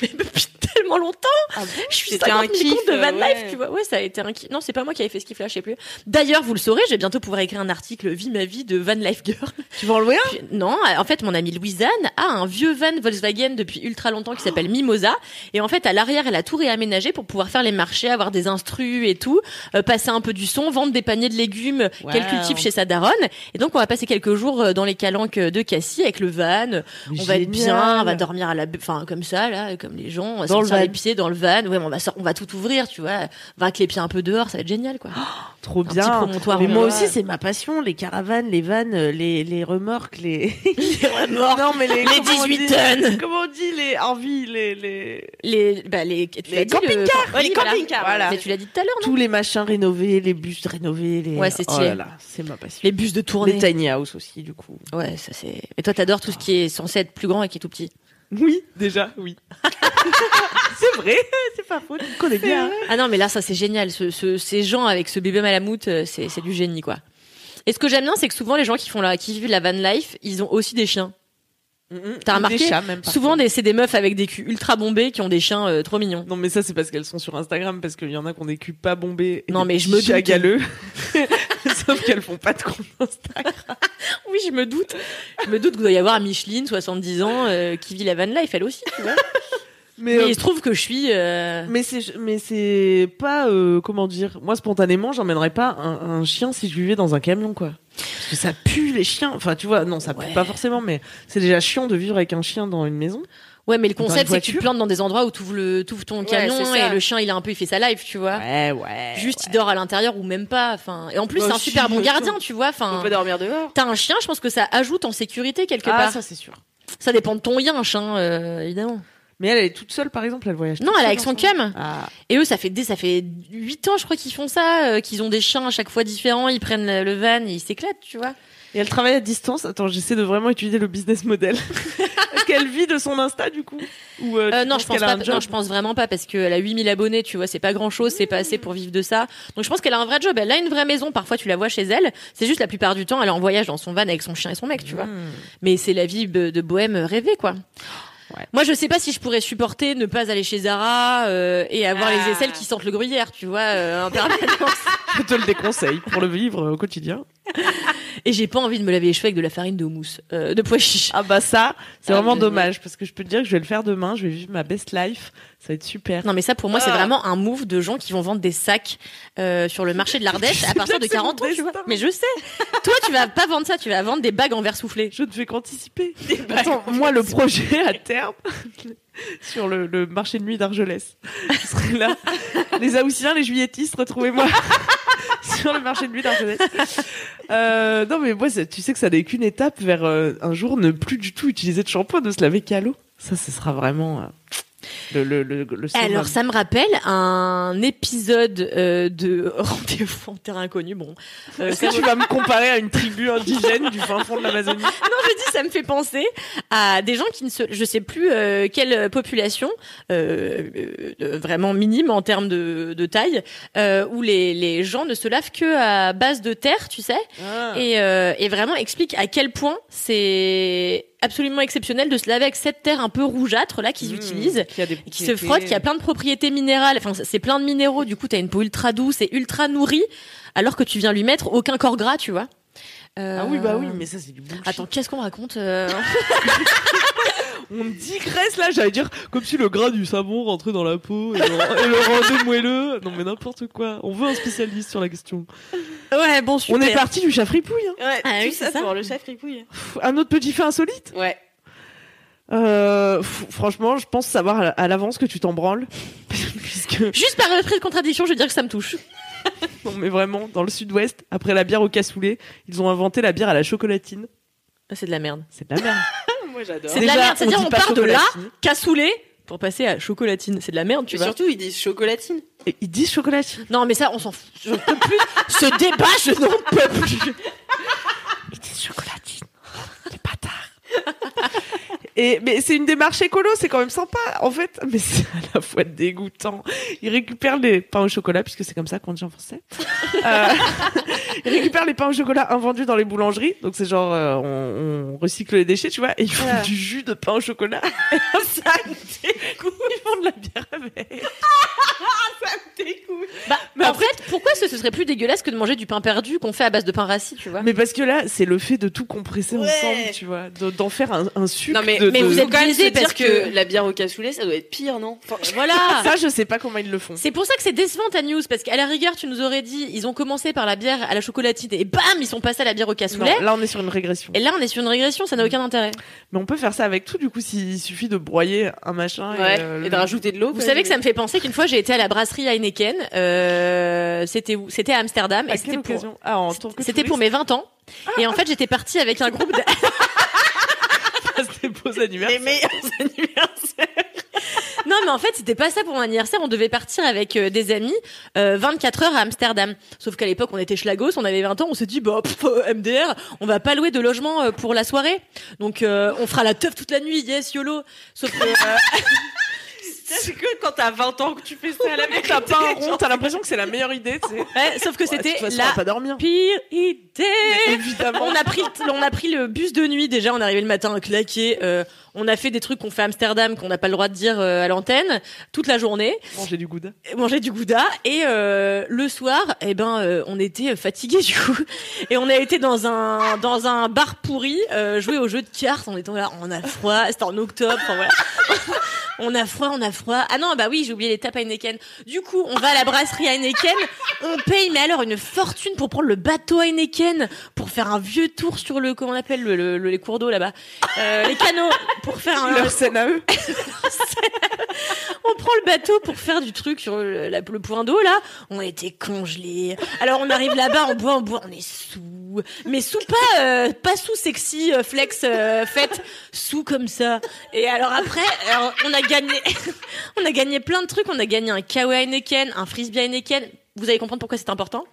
depuis tellement tellement longtemps. je suis
Ah C'était un
50 000 comptes
kiff,
de Van
euh,
Life,
ouais.
tu vois. Ouais, ça a été un kiff. Non, c'est pas moi qui avais fait ce kiff-là, je sais plus. D'ailleurs, vous le saurez, je vais bientôt pouvoir écrire un article Vie ma vie de Van Life Girl.
Tu vas enlever un
Puis- non, euh, en fait, mon amie Louisanne a un vieux van Volkswagen depuis ultra longtemps qui s'appelle Mimosa. Et en fait, à l'arrière, elle a tout réaménagé pour pouvoir faire les marchés, avoir des instrus et tout, euh, passer un peu du son, vendre des paniers de légumes
Wow.
qu'elle cultive chez sa daronne. Et donc, on va passer quelques jours euh, dans les calanques de Cassis avec le van. On va être bien, on va dormir à la, bu- enfin comme ça là, euh, comme les gens, on va
Dans le
sortir
van.
les pieds dans le van. Ouais, mais on va sor- on va tout ouvrir, tu vois. On va avec les pieds un peu dehors, ça va être génial quoi.
Trop
Un
Oh, bien.
petit promontoire.
Mais
on
moi
va-
aussi, c'est ma passion, les caravanes, les vannes, euh, les, les remorques, les.
les remords,
non, mais les.
les
comment on
18
dit-
tonnes.
Comment on dit les Harvey, les. les...
les, bah les, tu
Les
l'as dit, le-
camping-cars.
oui,
les
voilà.
camping-cars,
hein. voilà.
Mais tu l'as dit tout à l'heure, non
Tous les machins rénovés, les bus rénovés, les.
Ouais, c'est stylé.
Oh là là, c'est ma passion.
Les bus de tournée.
Les tiny house aussi, du coup.
Ouais, ça c'est. Et toi, t'adores tout ce qui est censé être plus grand et qui est tout petit.
Oui, déjà, oui. c'est vrai, c'est pas faux, tu me connais bien.
Ah non, mais là, ça c'est génial. Ce, ce- ces gens avec ce bébé malamoute, euh, c'est, c'est du génie, quoi. Et ce que j'aime bien, c'est que souvent les gens qui font la, qui vivent la van life, ils ont aussi des chiens. T'as
Mm, Des
remarqué,
chats, même, parfois.
Souvent, des, c'est des meufs avec des culs ultra bombés qui ont des chiens euh, trop mignons.
Non, mais ça, c'est parce qu'elles sont sur Instagram, parce qu'il y en a qui ont des culs pas bombés. et
Non,
des
mais je me
petits chats
doute.
galeux. Sauf qu'elles font pas de compte Instagram.
Oui, je me doute. Je me doute qu'il doit y avoir Micheline, 70 ans, euh, qui vit la van life, elle aussi, tu vois.
Mais,
Mais
euh,
il se trouve que je suis. euh,
mais c'est, mais c'est pas, euh, comment dire. Moi, spontanément, j'emmènerais pas un, un chien si je vivais dans un camion, quoi. Parce que ça pue, les chiens. Enfin, tu vois, non, ça
Ouais.
pue pas forcément, mais c'est déjà chiant de vivre avec un chien dans une maison.
Ouais, mais le
Dans
concept,
une
c'est que tu te
voiture.
plantes dans des endroits où tu ouvres, le, t'ouvres ton
Ouais,
canon
c'est ça.
et le chien, il a un peu, il fait sa life, tu vois.
Ouais, Eh ouais.
Juste, il dort à l'intérieur ou même pas. Enfin, et en plus,
Bah,
c'est un
si,
super bon
bien sûr.
gardien, tu vois.
On
Enfin,
peut dormir dehors.
t'as un chien, je pense que ça ajoute en sécurité quelque
Ah,
part. Ça...
ça, c'est sûr.
dépend de ton yinche, hein, euh, évidemment.
Mais elle, elle est toute seule, par exemple, elle voyage.
Non,
toute
elle est
seule
avec son
ensemble.
cam.
Ah,
Et eux, ça fait des, ça fait huit ans, je crois, qu'ils font ça, euh, qu'ils ont des chiens à chaque fois différents, ils prennent le, le van, et ils s'éclatent, tu vois.
Et elle travaille à distance. Attends, j'essaie de vraiment étudier le business model. Est-ce qu'elle vit de son Insta du coup Ou, euh, tu
Euh, non,
penses
je pense
qu'elle a
pas.
un job
Non, je pense vraiment pas parce qu'elle a 8000 abonnés, tu vois, c'est pas grand chose, c'est pas assez pour vivre de ça. Donc je pense qu'elle a un vrai job, elle a une vraie maison. Parfois, tu la vois chez elle. C'est juste la plupart du temps, elle est en voyage dans son van avec son chien et son mec, tu vois.
Hmm.
Mais c'est la vie de de bohème rêvée, quoi.
Ouais.
Moi, je sais pas si je pourrais supporter ne pas aller chez Zara euh, et avoir
Ah.
les aisselles qui sentent le gruyère, tu vois, euh, en permanence.
Je te le déconseille pour le vivre au quotidien.
et j'ai pas envie de me laver les cheveux avec de la farine de houmous, euh, de pois chiche.
Ah bah ça, c'est
Ah,
vraiment
mais-
dommage parce que je peux te dire que je vais le faire demain. Je vais vivre ma best life. Ça va être super.
Non, mais ça, pour moi, c'est
Ah.
vraiment un move de gens qui vont vendre des sacs euh, sur le marché de l'Ardèche à partir de
C'est mon
40 ans, tu vois.
destin.
Mais je sais. Toi, tu vas pas vendre ça, tu vas vendre des bagues en verre soufflé.
Je ne fais qu'anticiper.
Bah,
Attends, moi le projet à terme sur le, le marché de nuit d'Argelès. Je serai là. les Haussiens, les Juilletistes, retrouvez-moi sur le marché de nuit d'Argelès. Euh, non mais moi, c'est- tu sais que ça n'est qu'une étape vers euh, un jour ne plus du tout utiliser de shampoing, de se laver qu'à l'eau. Ça, ce sera vraiment euh, le le le, le summum.
Alors, ça me rappelle un épisode euh, de Rendez-vous en terrain inconnu. Bon, euh,
Est-ce
ça
que tu vas me comparer à une tribu indigène du fin fond de l'Amazonie
non, je dis, ça me fait penser à des gens qui ne se, je sais plus euh, quelle population, euh, euh, euh, vraiment minime en termes de, de taille, euh, où les, les gens ne se lavent que à base de terre, tu sais,
Ah.
et, euh, et vraiment explique à quel point c'est absolument exceptionnel de se laver avec cette terre un peu rougeâtre là qu'ils
Mmh,
utilisent
qui, a des
et qui se frotte, qui a plein de propriétés minérales. Enfin, c'est- c'est plein de minéraux. Du coup, t'as une peau ultra douce et ultra nourrie, alors que tu viens lui mettre aucun corps gras, tu vois. Euh,
Ah oui, bah oui, mais ça c'est du bullshit.
Attends, qu'est-ce qu'on raconte euh,
On digresse là, j'allais dire comme si le gras du savon rentrait dans la peau et le, et le rendu moelleux. Non mais n'importe quoi. On veut un spécialiste sur la question.
Ouais, bon,
On est parti du chat fripouille. hein.
Ouais,
Ah
tout
oui, c'est
ça,
ça.
pour le chat fripouille.
Pff, Un autre petit fait insolite.
Ouais.
Euh, pff, franchement, je pense savoir à- à l'avance que tu t'en branles. Puisque,
Juste par esprit de contradiction, je veux dire que ça me touche.
non mais vraiment, dans le sud-ouest, après la bière au cassoulet, ils ont inventé la bière à la chocolatine.
Ah, C'est de la merde.
C'est de la merde.
Moi j'adore.
C'est de la
Déjà,
merde. C'est-à-dire,
dit
on
pas
part de là,
chocolatine.
cassoulet, pour passer à chocolatine. C'est de la merde, tu
Mais
vois.
surtout, ils disent chocolatine.
Et Ils disent chocolatine.
Non, mais ça, on s'en fout. Je peux plus. Ce débat, je n'en peux plus.
Ils disent chocolatine. Les bâtards. Et, mais c'est une démarche écolo, c'est quand même sympa, en fait. Mais c'est à la fois dégoûtant. Ils récupèrent les pains au chocolat, puisque c'est comme ça qu'on dit en français. Euh, ils récupèrent les pains au chocolat invendus dans les boulangeries. Donc c'est genre, euh, on, on recycle les déchets, tu vois, et ils font
Ah.
du jus de pain au chocolat. Et ça me dégoûte. Ils font de la bière avec. ça me dégoûte.
Bah,
Mais
en
après-
fait, pourquoi ce, ce serait plus dégueulasse que de manger du pain perdu qu'on fait à base de pain rassis, tu vois
Mais parce que là, c'est le fait de tout compresser
Ouais.
ensemble, tu vois, de- d'en faire un, un sucre.
Non, mais,
de-
mais
de-
vous êtes
quand même
biaisé
se
parce
dire que...
que-
la bière au cassoulet, ça doit être pire, non Enfin,
Voilà
Ah, Ça, je sais pas comment ils le font.
C'est pour ça que c'est décevant ta news, parce qu'à la rigueur, tu nous aurais dit, ils ont commencé par la bière à la chocolatine et bam, ils sont passés à la bière au
Non,
cassoulet.
là, on est sur une régression.
Et là, on est sur une régression, ça n'a aucun intérêt.
Mais on peut faire ça avec tout, du coup, s'il suffit de broyer un machin.
Ouais,
et, euh,
et
le-
de rajouter de l'eau.
Vous
quoi,
savez que ça
mais-
me fait penser qu'une fois, j'ai été à la brasserie Heineken. Euh, c'était où C'était à Amsterdam.
À
et c'était
quelle
pour,
occasion Ah, en tant que Ah.
c'était pour mes 20 ans. Et en fait, j'étais partie avec un groupe de...
touriste, C'était beaux anniversaires.
Les meilleurs anniversaires.
Non, mais en fait, c'était pas ça pour mon anniversaire. On devait partir avec euh, des amis euh, 24 heures à Amsterdam. Sauf qu'à l'époque, on était schlagos, on avait 20 ans, on s'est dit, bah, pff, euh, MDR, on va pas louer de logement euh, pour la soirée. Donc, euh, on fera la teuf toute la nuit, yes, YOLO. Sauf que... euh,
C'est que quand t'as 20 ans que tu fais ça à la
T'as pas un rond, t'as l'impression que c'est la meilleure idée, tu sais.
ouais, sauf que
Ouais, de
c'était
toute façon, on va
la
pas dormir.
pire idée
Évidemment.
on a pris on a pris le bus de nuit déjà on est arrivé le matin claqué euh, on a fait des trucs qu'on fait à Amsterdam qu'on n'a pas le droit de dire euh, à l'antenne toute la journée
Manger du gouda.
manger du gouda et euh, le soir eh ben euh, on était fatigués du coup et on a été dans un dans un bar pourri euh, jouer au jeu de cartes en étant là on a froid c'était en octobre enfin voilà on a froid on a froid ah non bah oui j'ai oublié les tapes à Heineken du coup on va à la brasserie Heineken on paye mais alors une fortune pour prendre le bateau Heineken pour faire un vieux tour sur le comment on appelle le, le- le- les cours d'eau là-bas Euh, les canaux pour faire un,
Leur scène à eux.
on prend le bateau pour faire du truc sur le, la- le point d'eau là. On était congelés. Alors on arrive là-bas, on boit, on boit, on est sous. Mais sous pas euh, pas sous sexy euh, flex euh, fête, sous comme ça. Et alors après, alors, on a gagné, on a gagné plein de trucs. On a gagné un kawaii Heineken, un frisbee Heineken. Vous allez comprendre pourquoi c'est important.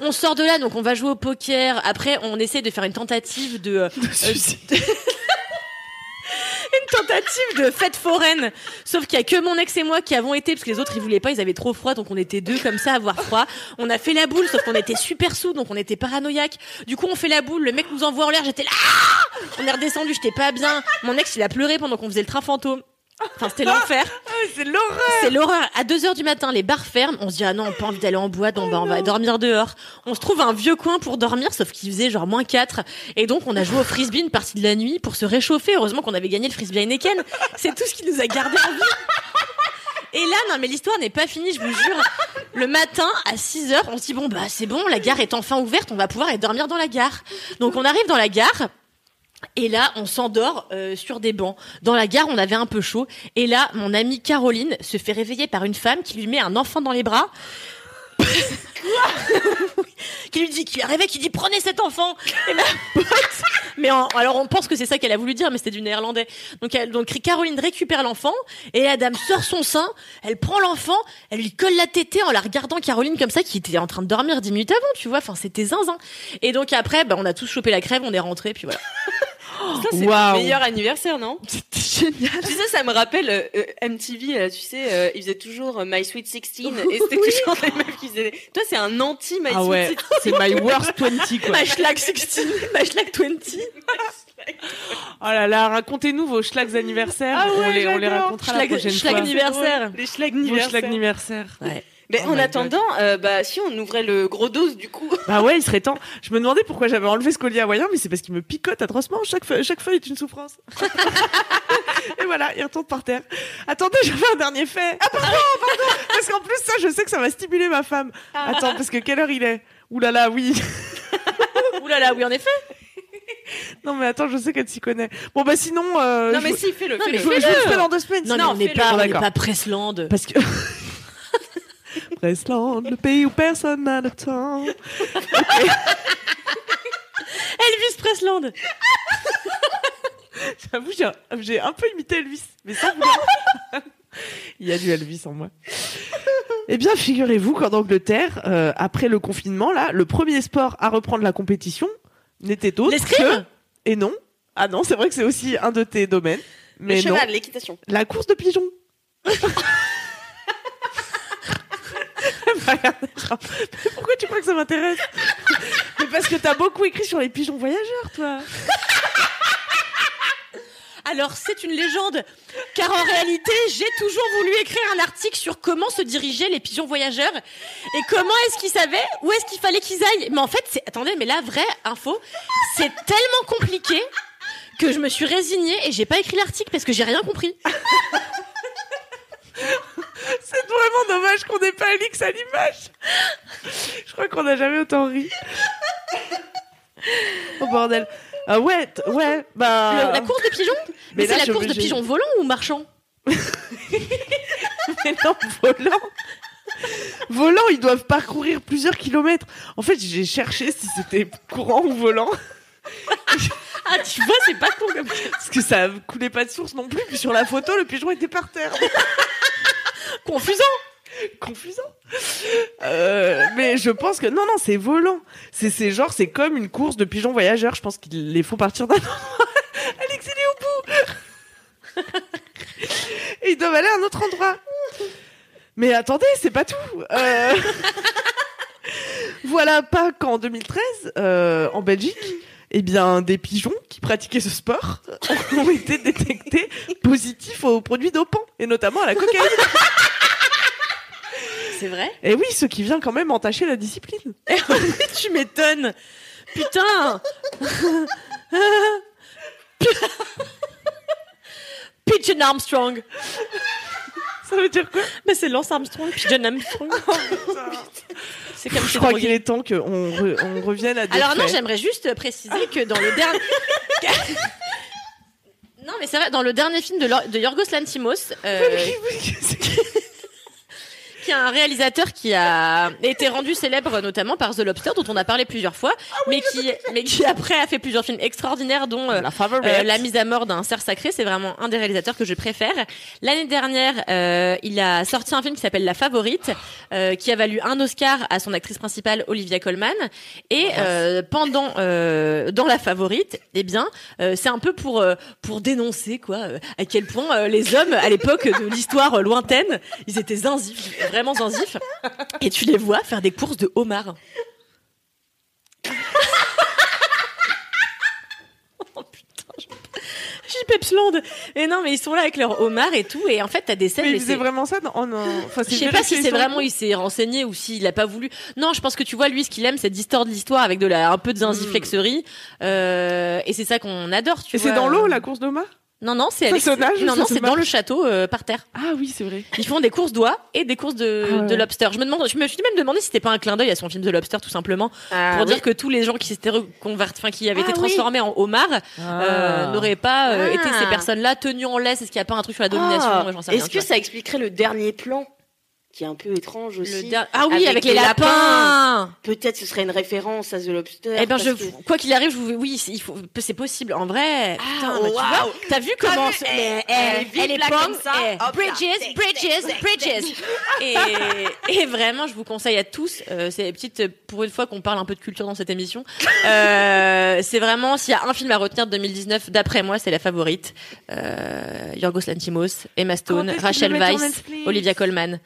On sort de là, donc on va jouer au poker. Après, on essaie de faire une tentative de euh, une tentative de fête foraine. Sauf qu'il y a que mon ex et moi qui avons été, parce que les autres ils voulaient pas, ils avaient trop froid, donc on était deux comme ça à avoir froid. On a fait la boule, sauf qu'on était super sous, donc on était paranoïaque. Du coup, on fait la boule, le mec nous envoie en l'air, j'étais là. Ah On est redescendu, j'étais pas bien. Mon ex il a pleuré pendant qu'on faisait le train fantôme. Enfin, c'était l'enfer.
C'est l'horreur.
C'est l'horreur. À 2 heures du matin, les bars ferment. On se dit, ah non, on a pas envie d'aller en boîte, donc bah, on va dormir dehors. On se trouve un vieux coin pour dormir, sauf qu'il faisait genre moins 4. Et donc, on a joué au frisbee une partie de la nuit pour se réchauffer. Heureusement qu'on avait gagné le frisbee Heineken. C'est tout ce qui nous a gardé en vie. Et là, non, mais l'histoire n'est pas finie, je vous jure. Le matin, à 6 heures, on se dit, bon, bah, c'est bon, la gare est enfin ouverte, on va pouvoir aller dormir dans la gare. Donc, on arrive dans la gare. Et là, on s'endort euh, sur des bancs. Dans la gare, on avait un peu chaud. Et là, mon amie Caroline se fait réveiller par une femme qui lui met un enfant dans les bras. qui lui dit, qui la réveille, qui dit prenez cet enfant. Et ma pote- mais en- alors on pense que c'est ça qu'elle a voulu dire, mais c'était du néerlandais. Donc, elle, donc Caroline récupère l'enfant et la dame sort son sein. Elle prend l'enfant, elle lui colle la tétée en la regardant Caroline comme ça, qui était en train de dormir dix minutes avant, tu vois. Enfin, c'était zinzin. Et donc après, bah, on a tous chopé la crève, on est rentré, puis voilà.
Ça, c'est
Waouh.
le meilleur anniversaire, non
C'était génial.
Tu sais, Ah, ça me rappelle euh, euh, MTV, là, tu sais, euh, ils faisaient toujours euh, My Sweet 16, et c'était toujours des meufs qui faisaient... Toi, c'est un anti-My
Ah ouais,
Sweet
c'est my worst 20 quoi.
Ma schlag 16, ma schlag 20.
16.
Oh là là, racontez-nous vos schlags anniversaires.
Ah ouais,
on, les, on les
j'adore.
racontera la
Schlag-
prochaine
schlag
fois.
anniversaire.
Les schlags
Vos schlags anniversaires.
Ouais.
Mais
Oh
en
my
attendant, euh, bah, si on ouvrait le gros dose, du coup...
Bah ouais, il serait temps. Je me demandais pourquoi j'avais enlevé ce collier hawaïen, mais c'est parce qu'il me picote atrocement. Chaque feuille, chaque feuille est une souffrance. Et voilà, il retombe par terre. Attendez, j'avais un dernier fait. Ah pardon, pardon. Parce qu'en plus ça, je sais que ça va stimuler ma femme.
Ah.
Attends, parce que quelle heure il est Ouh là là, oui.
Ouh là là, oui, en effet.
Non mais attends, je sais qu'elle s'y connaît. Bon bah sinon, euh,
non,
je
mais
vous-
si, fais-le,
Non,
je
fais-le.
mais
vous je vous
fais-le.
le fais dans deux semaines.
Non,
sinon.
mais on n'est
fais-le.
pas, on n'est
D'accord.
pas Presslande.
Parce que. Bresland, le pays où personne n'a le temps.
Elvis Presslande.
J'avoue, j'ai un- j'ai un peu imité Elvis, mais sans vouloir. Il y a du Elvis en moi. Eh bien, figurez-vous qu'en Angleterre, euh, après le confinement, là, le premier sport à reprendre la compétition n'était autre que...
L'escrime
Et non. Ah non, c'est vrai que c'est aussi un de tes domaines.
Le
Mais non,
cheval, l'équitation.
la course de pigeons. m'a regardé genre, Mais pourquoi tu crois que ça m'intéresse Mais parce que t'as beaucoup écrit sur les pigeons voyageurs, toi.
Alors, c'est une légende, car en réalité, j'ai toujours voulu écrire un article sur comment se dirigeaient les pigeons voyageurs et comment est-ce qu'ils savaient où est-ce qu'il fallait qu'ils aillent. Mais en fait, c'est, attendez, mais la vraie info, c'est tellement compliqué que je me suis résignée et j'ai pas écrit l'article parce que j'ai rien compris.
C'est vraiment dommage qu'on n'ait pas Alix à l'image. Je crois qu'on n'a jamais autant ri. Oh bordel. Ah ouais, t- ouais, bah.
Le- la course de pigeons Ah. Mais,
Mais là,
c'est
je-
la course de
je-
pigeons volants ou marchands
Mais non, volant. Volant, ils doivent parcourir plusieurs kilomètres. En fait, j'ai cherché si c'était courant ou volant,
Ah, tu vois, c'est pas con comme...
parce que ça coulait pas de source non plus. Puis sur la photo, le pigeon était par terre.
confusant.
confusant. Euh, mais je pense que non, non, c'est volant. C'est c'est genre, c'est comme une course de pigeons voyageurs. Je pense qu'ils les font partir d'un endroit. Alex, il est au bout. Et ils doivent aller à un autre endroit. Mais attendez, c'est pas tout. Euh, voilà pas qu'en 2013, euh, en Belgique, eh bien, des pigeons qui pratiquaient ce sport ont été détectés positifs aux produits dopants, et notamment à la cocaïne.
C'est vrai
Et Eh oui, ce qui vient quand même entacher la discipline.
Tu m'étonnes. Putain. Pigeon Armstrong.
Ça veut dire quoi
Mais c'est Lance Armstrong, Pigeon Armstrong. c'est comme
Je crois qu'il est temps qu'on re- on revienne à des
Alors non,
faits.
j'aimerais juste préciser que dans le dernier Non, mais c'est vrai, dans le dernier film de, Lor- de Yorgos Lanthimos, euh, qui est un réalisateur qui a été rendu célèbre notamment par The Lobster, dont on a parlé plusieurs fois, mais, qui, mais qui après a fait plusieurs films extraordinaires, dont euh,
La
euh,
favorite.
La mise à mort d'un cerf sacré. C'est vraiment un des réalisateurs que je préfère. L'année dernière, euh, il a sorti un film qui s'appelle La Favorite, euh, qui a valu un Oscar à son actrice principale Olivia Colman. Et euh, pendant euh, dans La Favorite, eh bien, euh, c'est un peu pour euh, pour dénoncer quoi, euh, à quel point euh, les hommes à l'époque de l'histoire euh, lointaine, ils étaient zinzifs, vraiment zinzifs. Et tu les vois faire des courses de homards. Oh putain, je- J'ai Pepsland. Et non, mais ils sont là avec leur homard et tout. Et en fait, t'as des scènes.
Mais
mais
il faisait
c'est-
vraiment ça dans- oh non. Enfin,
je sais
vrai
pas
que
si c'est
sur-
vraiment il s'est renseigné ou s'il a pas voulu. Non, je pense que tu vois lui ce qu'il aime, c'est distordre l'histoire avec de la un peu de zinziflexerie. Euh, et c'est ça qu'on adore, tu
Hmm. Et
vois.
c'est dans l'eau la course d'Oma
Non non, c'est
Ça
avec...
se nage ou
Non
ça
non,
se
c'est dans
marche
le château euh, par terre.
Ah oui, c'est vrai.
Ils font des courses d'oies et des courses de,
Ah ouais.
de lobster. Je me demande, je me suis même demandé si c'était pas un clin d'œil à son film de lobster tout simplement pour dire que tous les gens qui s'étaient reconvertis, enfin qui avaient été
Ah oui.
transformés en homard
Ah.
euh, n'auraient pas euh, été ces personnes-là tenues en laisse. Est-ce qu'il n'y a pas un truc sur la domination
Ah,
Moi, j'en sais rien,
Est-ce
tu
que
vois.
ça expliquerait le dernier plan qui est un peu étrange
Le
aussi
der- Ah oui, avec,
Avec
les
les
lapins.
lapins. Peut-être ce serait une référence à The Lobster.
Eh ben
parce
je
que- Ah,
quoi qu'il arrive, je vous oui, c'est- il faut c'est possible en vrai. Putain, mais tu
waouh.
vois, t'as vu comment
vu,
ce-
eh,
mais, eh,
elle est vite
elle est
là
pomme,
comme ça,
eh,
hop là,
bridges,
tic,
bridges,
tic,
bridges. Et, et vraiment, je vous conseille à tous, euh, c'est petite pour une fois qu'on parle un peu de culture dans cette émission. Euh, c'est vraiment s'il y a un film à retenir de 2019, d'après moi, c'est la favorite. Euh, Yorgos Lanthimos, Emma Stone,
est-ce qu'ils
Rachel
le mettent en
Weisz,
Netflix
Olivia Colman.
montrera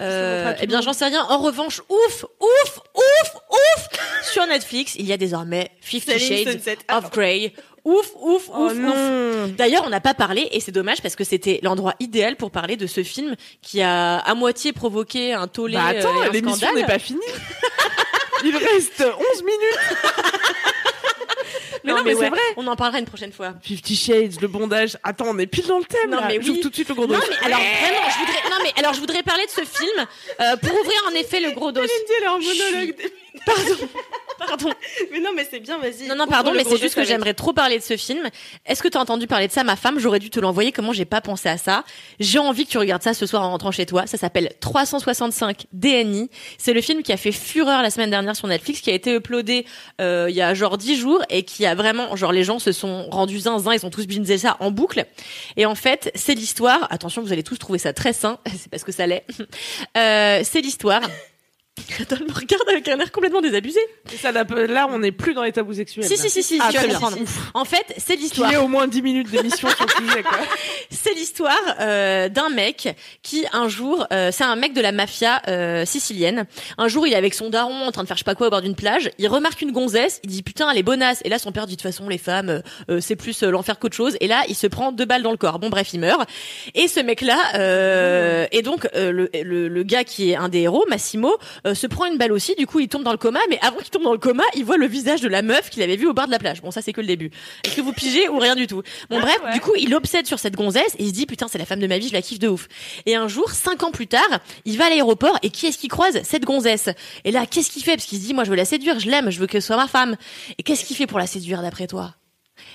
à
Euh,
tout
eh
le
bien,
monde.
j'en sais rien. En revanche, ouf, ouf, ouf, ouf, sur Netflix, il y a désormais Fifty
Selling
Shades
Sunset.
of Grey. Ouf, ouf,
Ah Oh
ouf, ouf.
non.
D'ailleurs, on n'a pas parlé, et c'est dommage parce que c'était l'endroit idéal pour parler de ce film qui a à moitié provoqué un tollé
Bah attends,
euh, et un
l'émission
scandale.
n'est pas finie. Il reste 11 minutes.
Mais
Non,
non,
mais
mais
c'est
ouais,
vrai.
On en parlera une prochaine fois.
Fifty Shades, le bondage. Attends, on est pile dans le thème.
Non,
là.
mais
J'ouvre
oui.
tout de suite le gros
Non
dossier.
mais alors vraiment, je voudrais non mais alors je voudrais parler de ce film euh, pour ouvrir en effet le gros dos.
Lindy, elle est en
Je suis-
monologue.
Pardon.
Mais non, mais c'est bien, vas-y.
Non non
Ouvre
pardon,
le
mais
gros
c'est juste
dos,
que
ça va
j'aimerais trop parler de ce film. Est-ce que t'as entendu parler de ça, ma femme J'aurais dû te l'envoyer. Comment j'ai pas pensé à ça J'ai envie que tu regardes ça ce soir en rentrant chez toi. Ça s'appelle 365 DNI. C'est le film qui a fait fureur la semaine dernière sur Netflix, qui a été uploadé euh, il y a genre dix jours et qui a vraiment genre les gens se sont rendus zinzin. Ils ont tous binzé ça en boucle. Et en fait, c'est l'histoire. Attention, vous allez tous trouver ça très sain. C'est parce que ça l'est. Euh, c'est l'histoire Attends, elle me regarde avec un air complètement désabusé.
Et ça, là, peut- là, on n'est plus dans les tabous sexuels.
Si, si, si, si,
Ah,
tu vas
si,
comprendre.
si, si.
En fait, c'est
Qu'il
l'histoire.
y ait au moins 10 minutes d'émission sur le sujet, quoi.
C'est l'histoire euh, d'un mec qui un jour, euh, c'est un mec de la mafia euh, sicilienne. Un jour, il est avec son daron en train de faire je sais pas quoi au bord d'une plage. Il remarque une gonzesse, il dit putain elle est bonasse. Et là son père dit de toute façon les femmes euh, euh, c'est plus euh, l'enfer qu'autre chose. Et là il se prend deux balles dans le corps. Bon bref il meurt. Et ce mec là euh, et donc euh, le, le, le gars qui est un des héros Massimo euh, se prend une balle aussi. Du coup il tombe dans le coma. Mais avant qu'il tombe dans le coma il voit le visage de la meuf qu'il avait vue au bord de la plage. Bon ça c'est que le début. Est-ce que vous pigez ou rien du tout Bon bref,
ouais.
du coup, il obsède sur cette gonzesse et il se dit putain, c'est la femme de ma vie, je la kiffe de ouf. Et un jour, cinq ans plus tard, il va à l'aéroport et qui est-ce qu'il croise Cette gonzesse. Et là, qu'est-ce qu'il fait Parce qu'il se dit moi, je veux la séduire, je l'aime, je veux que ce soit ma femme. Et qu'est-ce qu'il fait pour la séduire d'après toi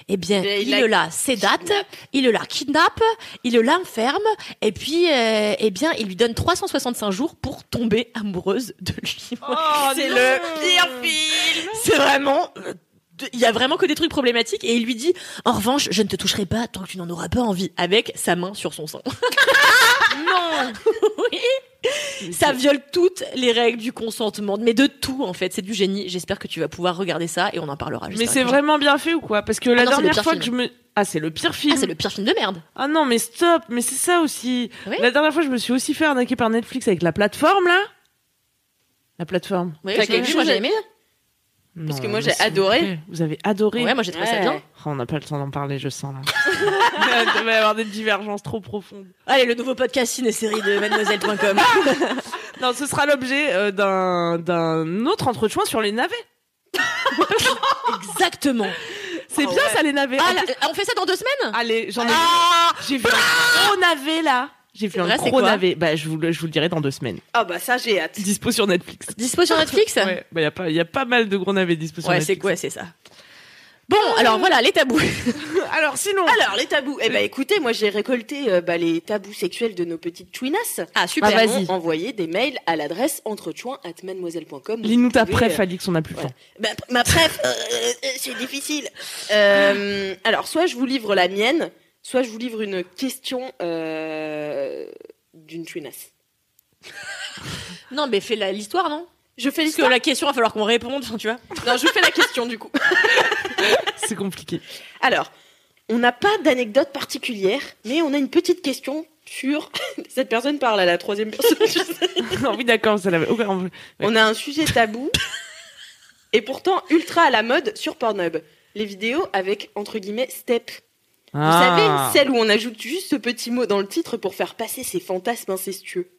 eh bien,
Eh,
il,
il la
le la sédate, il le la kidnappe, il le l'enferme, et puis, euh, eh bien, il lui donne 365 jours pour tomber amoureuse de lui.
c'est
film
C'est vraiment. euh, de- Il y a vraiment que des trucs problématiques et il lui dit En revanche, je ne te toucherai pas tant que tu n'en auras pas envie, avec sa main sur son sein.
Non
ça viole toutes les règles du consentement, mais de tout en fait. C'est du génie. J'espère que tu vas pouvoir regarder ça et on en parlera.
Mais
j'espère
c'est
que-
vraiment bien fait ou quoi Parce que la
Ah non, c'est le
dernière
pire
fois que
film.
je me. Ah, c'est le pire film.
Ah, c'est le pire film de merde.
Ah non, mais stop, mais c'est ça aussi.
Oui.
La dernière fois, je me suis aussi fait arnaquer par Netflix avec la plateforme, là. La plateforme.
Oui,
T'as
je l'ai
quelque
vu, moi
chose à
j'ai aimé.
Parce
que moi, j'ai adoré.
Vous avez adoré.
Ouais, moi j'ai trouvé ça
Ouais.
bien.
Oh, on n'a pas le temps d'en parler, je sens là. Il va y avoir des divergences trop profondes.
Allez, le nouveau podcast ciné-série de mademoiselle.com.
Non, ce sera l'objet euh, d'un d'un autre entretien sur les navets.
Exactement.
C'est bien ça, les navets.
Ah,
En
là,
plus-
on fait ça dans deux semaines
Allez, j'en ai.
Ah
J'ai vu un gros navet là. J'ai vu
C'est
un
vrai, c'est
gros
quoi
navet. Bah, je vous, le, je vous le dirai dans deux semaines.
Ah bah ça, j'ai hâte.
Dispo sur Netflix.
Dispo sur Netflix
Ouais, bah, y a pas, y a pas mal de gros navets dispo sur
Ouais, c'est
Netflix.
quoi, c'est ça. Bon, alors voilà, les tabous.
Alors, sinon.
Alors, les tabous. Eh bah écoutez, moi j'ai récolté euh, bah, les tabous sexuels de nos petites chouinasses.
Ah, super.
Ah, vas-y.
Envoyez des mails à l'adresse entrechoin@mademoiselle.com.
Lis-nous ta
Vous pouvez,
préf,
euh,
Alix, on n'a plus le
ouais.
temps.
bah, ma préf, euh, euh, c'est difficile. Euh, alors, soit je vous livre la mienne, soit je vous livre une question euh, d'une chouinasse.
Non, mais fais la- l'histoire, non
Je fais
Parce que
l'histoire.
la question, il va falloir qu'on réponde, enfin, tu vois.
Non, je fais la question du coup.
C'est compliqué.
Alors, on n'a pas d'anecdote particulière, mais on a une petite question sur. Cette personne parle à la troisième personne. je sais.
non, oui, d'accord, ça l'avait. aucun-
On a un sujet tabou, et pourtant ultra à la mode sur Pornhub. Les vidéos avec, entre guillemets, step. Vous
Ah.
savez, celle où on ajoute juste ce petit mot dans le titre pour faire passer ses fantasmes incestueux.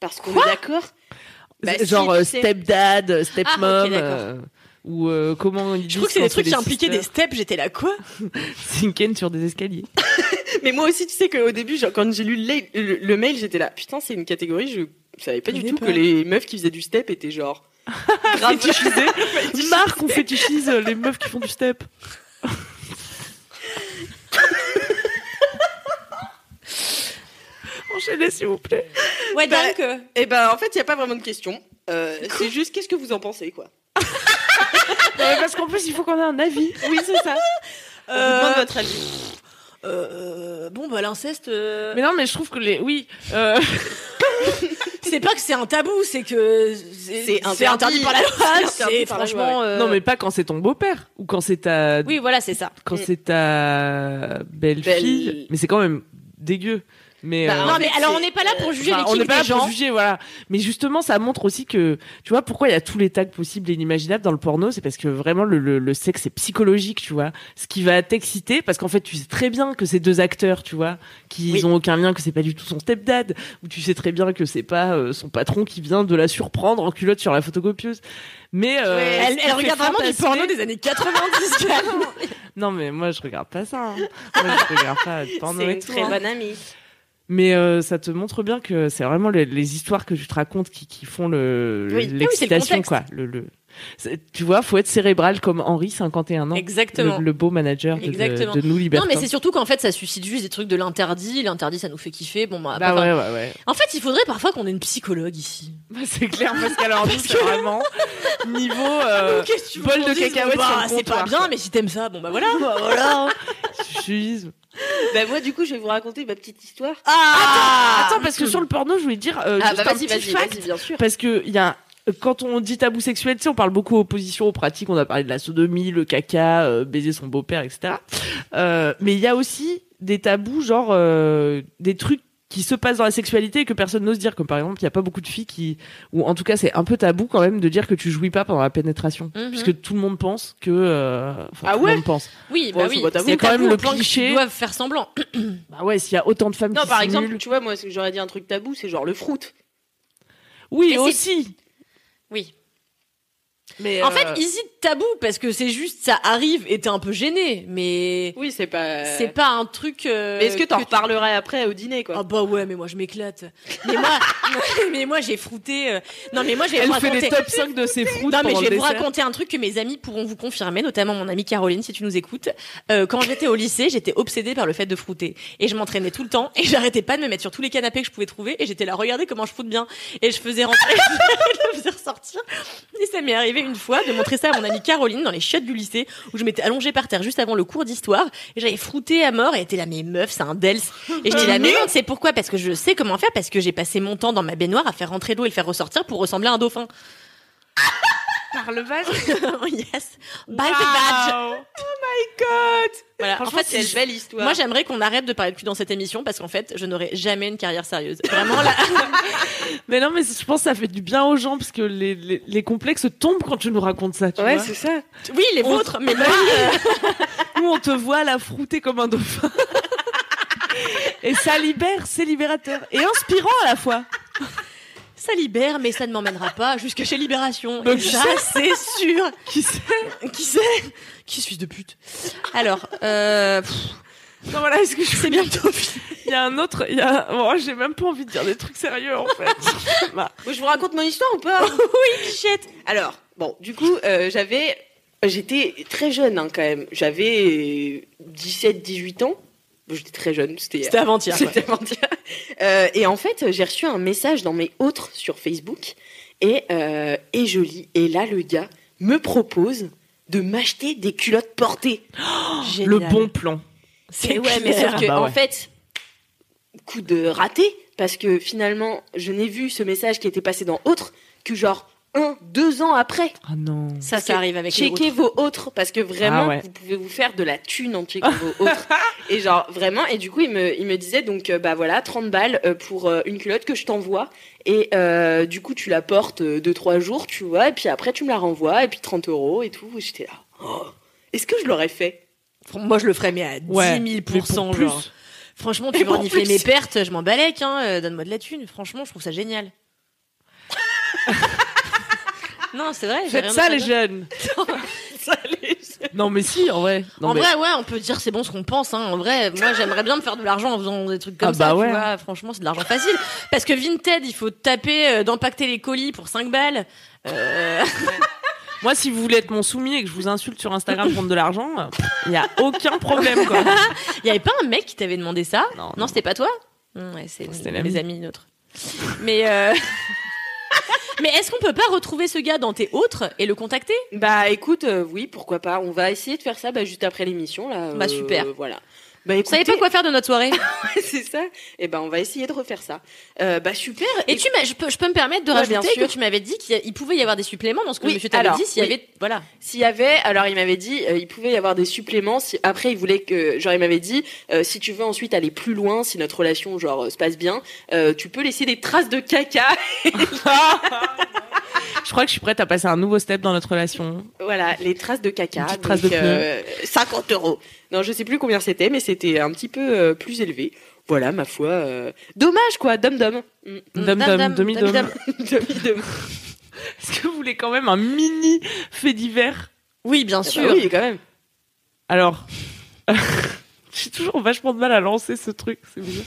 Parce qu'on est d'accord Bah, si,
Genre
tu
euh,
sais.
stepdad, euh, stepmom,
Ah, ok, d'accord.
euh, ou euh, comment ils
Je crois que c'est des trucs qui impliquaient des steps, j'étais là quoi
Sinken sur des escaliers.
Mais moi aussi, tu sais qu'au début, genre, quand j'ai lu le, le- le mail, j'étais là. Putain, c'est une catégorie, je savais pas du
connais
tout
pas.
que les meufs qui faisaient du step étaient genre. grave
Fétichisé. Marc, on fétichise euh, les meufs qui font du step. Enchaînez, s'il vous plaît.
Ouais,
Bah,
donc. euh,
Et ben, en fait, il y a pas vraiment de question. Euh, c'est juste qu'est-ce que vous en pensez, quoi.
Non, mais parce qu'en plus, il faut qu'on ait un avis.
Oui, c'est ça. On vous demande
euh,
votre avis.
euh, bon, bah l'inceste. euh,
Mais non, mais je trouve que les. Oui. euh,
C'est pas que c'est un tabou, c'est que.
C'est
c'est
interdit.
par la
C'est
loi,
interdit
c'est
par la loi,
franchement. euh,
Non, mais pas quand c'est ton beau-père ou quand c'est ta.
Oui, voilà, c'est ça.
Quand
Mm.
c'est ta belle-fille.
Belle-
Mais c'est quand même dégueu. Mais.
Bah,
euh,
en
Non,
fait,
mais alors
c'est-
on n'est pas là pour juger
Enfin,
les
on n'est
kicks
pas
des
là
gens.
pour juger, voilà. Mais justement, ça montre aussi que, tu vois, pourquoi il y a tous les tags possibles et inimaginables dans le porno, c'est parce que vraiment le, le, le sexe est psychologique, tu vois. Ce qui va t'exciter, parce qu'en fait, tu sais très bien que ces deux acteurs, tu vois, qu'ils
Oui.
ont aucun lien, que c'est pas du tout son stepdad, ou tu sais très bien que c'est pas euh, son patron qui vient de la surprendre en culotte sur la photocopieuse. Mais euh,
Ouais,
ce
Elle,
qui
elle
fait
regarde vraiment du
fantasmer-
porno des années 90. quand même.
Non, mais moi, je regarde pas ça. hein. Moi, je regarde pas de porno
C'est
et
une
tout,
très
hein.
bonne amie.
Mais euh, ça te montre bien que c'est vraiment les, les histoires que tu te racontes qui, qui font le-
Oui.
Ah oui, c'est
l'excitation,
le
quoi. Le, le... c'est- Tu vois, faut être cérébral comme Henri, 51 ans.
Exactement.
Le, le beau manager de,
Exactement.
de, de nous
Non,
libertins.
mais c'est surtout qu'en fait ça suscite juste des trucs de l'interdit. L'interdit ça nous fait kiffer. Bon, bah.
Bah
bah,
ouais, ouais, ouais.
En fait, il faudrait parfois qu'on ait une psychologue ici.
Bah, c'est clair, parce qu'alors nous, c'est vraiment niveau euh,
Qu'est-ce que tu veux
bol
qu'on
de
dise
cacahuètes
Bon, bah,
sur le
C'est pas
comptoir,
bien,
quoi.
mais si t'aimes ça, bon bah voilà.
voilà. Suffisisme.
Bah, moi, du coup, je vais vous raconter ma petite histoire.
Ah
Attends, parce que sur le porno, je voulais dire euh,
Ah,
juste
bah,
un petit
vas-y, vas-y,
fact.
vas-y, bien sûr.
Parce que il y a quand on dit tabou sexuel, tu sais, on parle beaucoup opposition aux pratiques. On a parlé de la sodomie, le caca, euh, baiser son beau-père, etc. Euh, mais il y a aussi des tabous, genre euh, des trucs qui se passent dans la sexualité et que personne n'ose dire. Comme par exemple, il n'y a pas beaucoup de filles qui, ou en tout cas, c'est un peu tabou quand même de dire que tu jouis pas pendant la pénétration,
Mhm.
puisque tout le monde pense que. euh, enfin,
Ah
tout le
ouais
monde pense.
Oui,
Bon,
bah
c'est
oui.
pas tabou.
C'est
quand même
tabou
le
au plan qu'ils
cliché.
doivent faire semblant.
Bah ouais, s'il y a autant de femmes
Non,
qui
par
simulent-
exemple, tu vois, moi, ce que j'aurais dit un truc tabou, c'est genre le fruit.
oui
Mais c'est-
aussi.
Oui.
Mais
En
euh,
fait, ici tabou parce que c'est juste ça arrive et t'es un peu gêné, mais
Oui, c'est pas.
c'est pas un truc. euh,
Mais est-ce que t'en reparlerais après au dîner, quoi
Ah bah ouais, mais moi je m'éclate. Mais moi, mais moi j'ai frouté. euh, Non mais moi j'ai
elle fait
raconté.
les top 5 de ses fruits.
Non, mais
pendant
je vais
le
vous
dessert.
raconter un truc que mes amis pourront vous confirmer, notamment mon amie Caroline, si tu nous écoutes. Euh, quand j'étais au lycée, j'étais obsédée par le fait de frouter. Et je m'entraînais tout le temps, et j'arrêtais pas de me mettre sur tous les canapés que je pouvais trouver, et j'étais là, regardez comment je froute bien. Et je faisais rentrer, je le faisais ressortir. Et ça m'est arrivé une fois de montrer ça à mon amie Caroline dans les chiottes du lycée, où je m'étais allongée par terre juste avant le cours d'histoire, et j'avais frouté à mort, et elle était là, mais meuf, c'est un dels. Et j'étais
Bah
là, mais non, c'est pourquoi? Parce que je sais comment faire, parce que j'ai passé mon temps dans ma baignoire à faire rentrer l'eau et le faire ressortir pour ressembler à un dauphin.
par le vase.
yes, by the badge. Voilà. En
Bah, Franchement,
fait,
c'est une
je-
belle histoire.
moi j'aimerais qu'on arrête de parler de cul dans cette émission parce qu'en fait, je n'aurai jamais une carrière sérieuse. Vraiment là.
Mais non, mais je pense que ça fait du bien aux gens parce que les, les, les complexes tombent quand tu nous racontes ça. Tu vois
ça.
Oui, les
On-
vôtres, mais moi, euh,
Nous, on te voit la frouter comme un dauphin. Et ça libère, c'est libérateur et inspirant à la fois.
ça libère, mais ça ne m'emmènera pas jusque chez Libération.
Donc,
Et ça, c'est sûr.
Qui sait
Qui sait Qui suis de pute Alors, euh, pff,
Non, voilà, est-ce que je
c'est bientôt fini.
Il y a un autre. Il y a... Bon, j'ai même pas envie de dire des trucs sérieux en fait. Bah,
Moi, je vous raconte mon histoire ou pas
Bichette.
Alors, bon, du coup, euh, j'avais. J'étais très jeune, hein, quand même. J'avais 17, 18 ans. J'étais très jeune, c'était.
C'était avant-hier. quoi.
C'était avant-hier. Euh, et en fait, j'ai reçu un message dans mes autres sur Facebook et, euh, et je lis. Et là, le gars me propose de m'acheter des culottes portées.
le
Génial.
bon plan.
C'est Ah
Et
ouais, mais
mais sauf que,
Bah ouais.
en fait, coup de raté, parce que finalement, je n'ai vu ce message qui était passé dans autre que genre un, deux ans après.
Ah non.
ça,
Parce
ça
que
arrive avec les
Checkez
autres.
vos autres, parce que vraiment,
Ah ouais.
vous pouvez vous faire de la thune en checkant vos autres. Et genre, vraiment, et du coup, il me, il me disait, donc, euh, bah voilà, 30 balles euh, pour euh, une culotte que je t'envoie. Et euh, du coup, tu la portes 2-3 jours, tu vois, et puis après, tu me la renvoies, et puis 30 euros et tout. Et j'étais là, oh, est-ce que je l'aurais fait
Moi, je le ferais mais à
Ouais.
10 000
Mais pour plus.
genre. Franchement,
Mais
tu veux
pour
renifler
plus.
mes pertes, je m'en balèque, hein, euh, donne-moi de la thune. Franchement, je trouve ça génial. non, c'est vrai. j'ai
Faites
rien
ça
d'autre à
les
dire.
jeunes. Non mais si en vrai. Non,
en
mais-
vrai, ouais, on peut dire c'est bon ce qu'on pense. Hein. En vrai, moi, j'aimerais bien me faire de l'argent en faisant des trucs comme
Ah bah
ça. tu
ouais.
vois. Franchement, c'est de l'argent facile. Parce que Vinted, il faut taper, euh, d'empacter les colis pour 5 balles. Euh,
Moi, si vous voulez être mon soumis et que je vous insulte sur Instagram pour de l'argent, il y a aucun problème quoi.
Il y avait pas un mec qui t'avait demandé ça
Non, non.
Non, c'était pas toi Mm, ouais, c'est
C'était
mes
l'ami.
amis, notre. Mais euh, mais est-ce qu'on peut pas retrouver ce gars dans tes autres et le contacter
Bah écoute, euh, oui, pourquoi pas. On va essayer de faire ça bah, juste après l'émission, là. euh,
Bah, super.
Voilà. Bah
Vous
écoutez,
savez pas quoi faire de notre soirée
c'est ça. Et ben on va essayer de refaire ça. Euh, bah super.
Et tu m'as- je peux, je peux me permettre de
Ouais, bien
rajouter que
sûr.
tu m'avais dit qu'il y a- il pouvait y avoir des suppléments dans ce que
Oui,
monsieur t'avait
alors,
dit s'il y
oui.
avait voilà.
S'il y avait, alors il m'avait dit, euh, il pouvait y avoir des suppléments. Si, après, il voulait que, genre, il m'avait dit, euh, si tu veux ensuite aller plus loin, si notre relation, genre, euh, se passe bien, euh, tu peux laisser des traces de caca.
Je crois que je suis prête à passer un nouveau step dans notre relation.
voilà, les traces de caca.
Une petite
donc,
trace de pneu.
euh, 50 euros. Non, je sais plus combien c'était, mais c'était un petit peu euh, plus élevé. Voilà, ma foi. euh, Dommage, quoi, dom dom. Mm.
Dom dom, demi dom.
dom.
Dom-dom.
Est-ce que vous voulez quand même un mini fait divers
Eh ben Oui, bien
Ah
sûr.
bah oui, quand même.
Alors, j'ai toujours vachement de mal à lancer ce truc, c'est bizarre.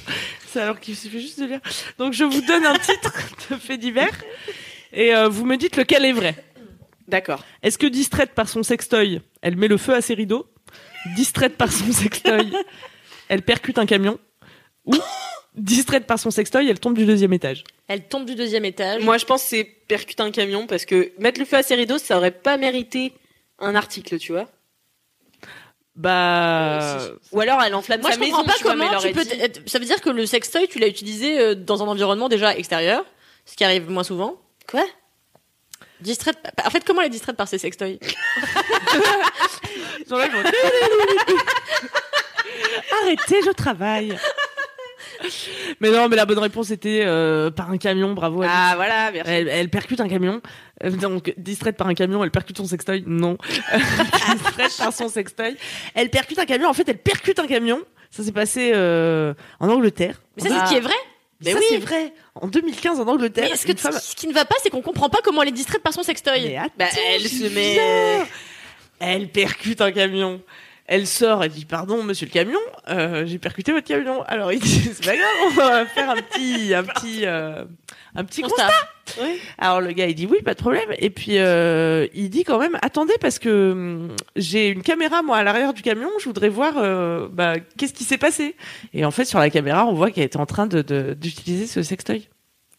C'est alors qu'il suffit juste de lire. Donc je vous donne un titre de fait divers et euh, vous me dites lequel est vrai.
D'accord.
Est-ce que distraite par son sextoy, elle met le feu à ses rideaux Distraite par son sextoy, elle percute un camion Ou distraite par son sextoy, elle tombe du deuxième étage
Elle tombe du deuxième étage.
Moi, je pense que c'est percuter un camion parce que mettre le feu à ses rideaux, ça aurait pas mérité un article, tu vois.
Bah...
Euh, Ou alors elle enflamme
Moi,
sa
je
maison.
comprends pas
tu vois, mais
comment
elle
tu
aurait
peux.
dit-
t- Ça veut dire que le sextoy, tu l'as utilisé euh, dans un environnement déjà extérieur, ce qui arrive moins souvent.
Quoi
Distraite. En fait, comment elle est distraite par ses sextoys
Ils sont là, ils font- Arrêtez, je travaille. Mais non, mais la bonne réponse était euh, par un camion, bravo. Alice.
Ah voilà, merci.
Elle, elle percute un camion, Euh, donc distraite par un camion, elle percute son sextoy, non. distraite par son sextoy, elle percute un camion, en fait elle percute un camion, ça s'est passé euh, en Angleterre.
Mais ça, c'est
Ah.
ce qui est vrai.
Mais
Ça,
oui.
c'est
c'est vrai, en 2015 en Angleterre,
Mais ce, que
une femme-
ce qui ne va pas, c'est qu'on comprend pas comment elle est distraite par son sextoy.
Mais attends,
Bah, elle se
je
met-
viens. Elle percute un camion. Elle sort, elle dit pardon monsieur le camion, euh, j'ai percuté votre camion. Alors il dit c'est pas grave, on va faire un petit un petit euh, un petit constat.
Ouais.
Alors le gars il dit oui pas de problème et puis euh, il dit quand même attendez parce que hum, j'ai une caméra moi à l'arrière du camion, je voudrais voir euh, bah, qu'est-ce qui s'est passé. Et en fait sur la caméra on voit qu'elle était en train de de- d'utiliser ce sextoy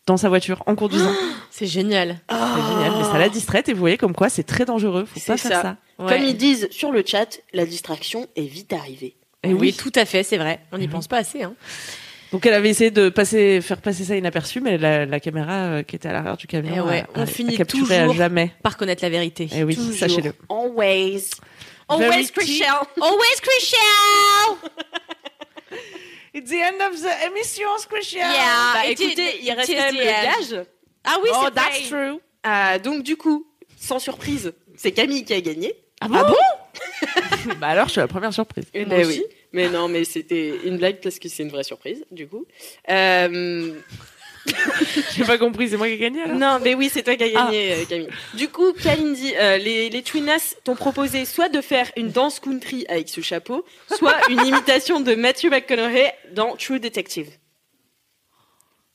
dans sa voiture en conduisant.
C'est génial.
C'est génial, mais ça l'a distraite et vous voyez comme quoi c'est très dangereux. Faut pas
C'est
faire
ça.
ça.
Oh. Ouais.
Comme ils disent sur le chat, la distraction est vite arrivée.
Et
Eh oui,
oui.
tout à fait, c'est vrai. On n'y
Eh
pense pas assez. Hein.
Donc elle avait essayé de passer, faire passer ça inaperçu, mais la, la caméra euh, qui était à l'arrière du
Eh
camion,
ouais,
a-
on
a- a
finit
capturé à
toujours-
jamais.
Par connaître la vérité.
Et Eh oui,
Toujours.
sachez-le.
Always.
Always
Always,
crucial.
Christian.
Always crucial.
It's the end of the emission, Christian.
Yeah.
Bah
It is-
écoutez, il
it
reste
is
quand même
the
le gage.
Ah oui,
oh,
c'est vrai.
that's true.
Ah, donc du coup, sans surprise, c'est Camille qui a gagné.
Ah bon, Bah alors, je suis la première surprise.
Eh
Moi
ben
aussi.
oui. Mais non, mais c'était une blague parce que c'est une vraie surprise, du coup. Euh,
J'ai pas compris, c'est moi qui ai gagné alors.
non, mais oui, c'est toi qui as
Ah.
gagné, euh, Camille. Du coup, Kalindi, euh, les, les Twinas t'ont proposé soit de faire une danse country avec ce chapeau, soit une imitation de Matthew McConaughey dans True Detective.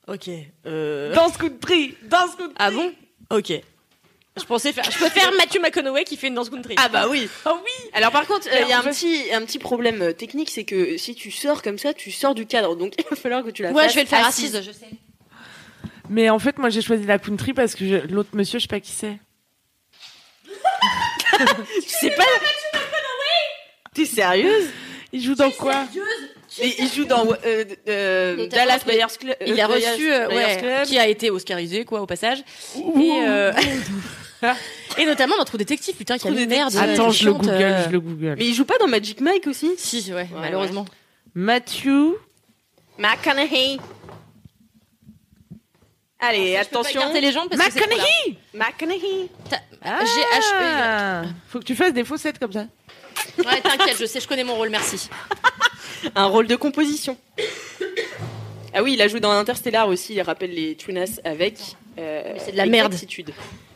Ok. euh,
Dans ce coup de prix, dans ce coup de
Ah bon Ok. Je pensais faire. Je peux faire Matthew McConaughey qui fait une danse country.
Ah bah oui.
Ah oui.
Alors par contre, euh, il y a
on
un petit, un petit problème euh, technique, c'est que si tu sors comme ça, tu sors du cadre. Donc il va falloir que tu la
Ouais,
fasses
je vais le faire
assise.
assise. Je sais.
Mais en fait, moi, j'ai choisi la country parce que je- l'autre monsieur, je sais pas qui c'est.
Tu sais pas T'es sérieuse
Il joue dans quoi
Mais il joue dans euh, euh,
Mais t'as
Dallas
compris.
Buyers Club.
Il a reçu, euh, ouais,
Club.
qui a été Oscarisé, quoi, au passage. Et, euh, et notamment notre détective, putain, qui a
Trou
une merde.
Détective.
Attends,
qui
je le
chante,
google,
euh,
je le google.
Mais il joue pas dans Magic Mike aussi
Si, ouais, malheureusement.
Matthew
McConaughey. Allez, attention.
Attention, les gens parce que c'est trop large.
McConaughey.
T'as-
Ah.
J'ai euh, H.
Faut que tu fasses des faussettes comme ça.
Ouais, t'inquiète, je sais, je connais mon rôle, merci.
Un rôle de composition. ah oui, il a joué dans Interstellar aussi, il rappelle les Twinas avec. euh,
c'est de la merde.
exactitude.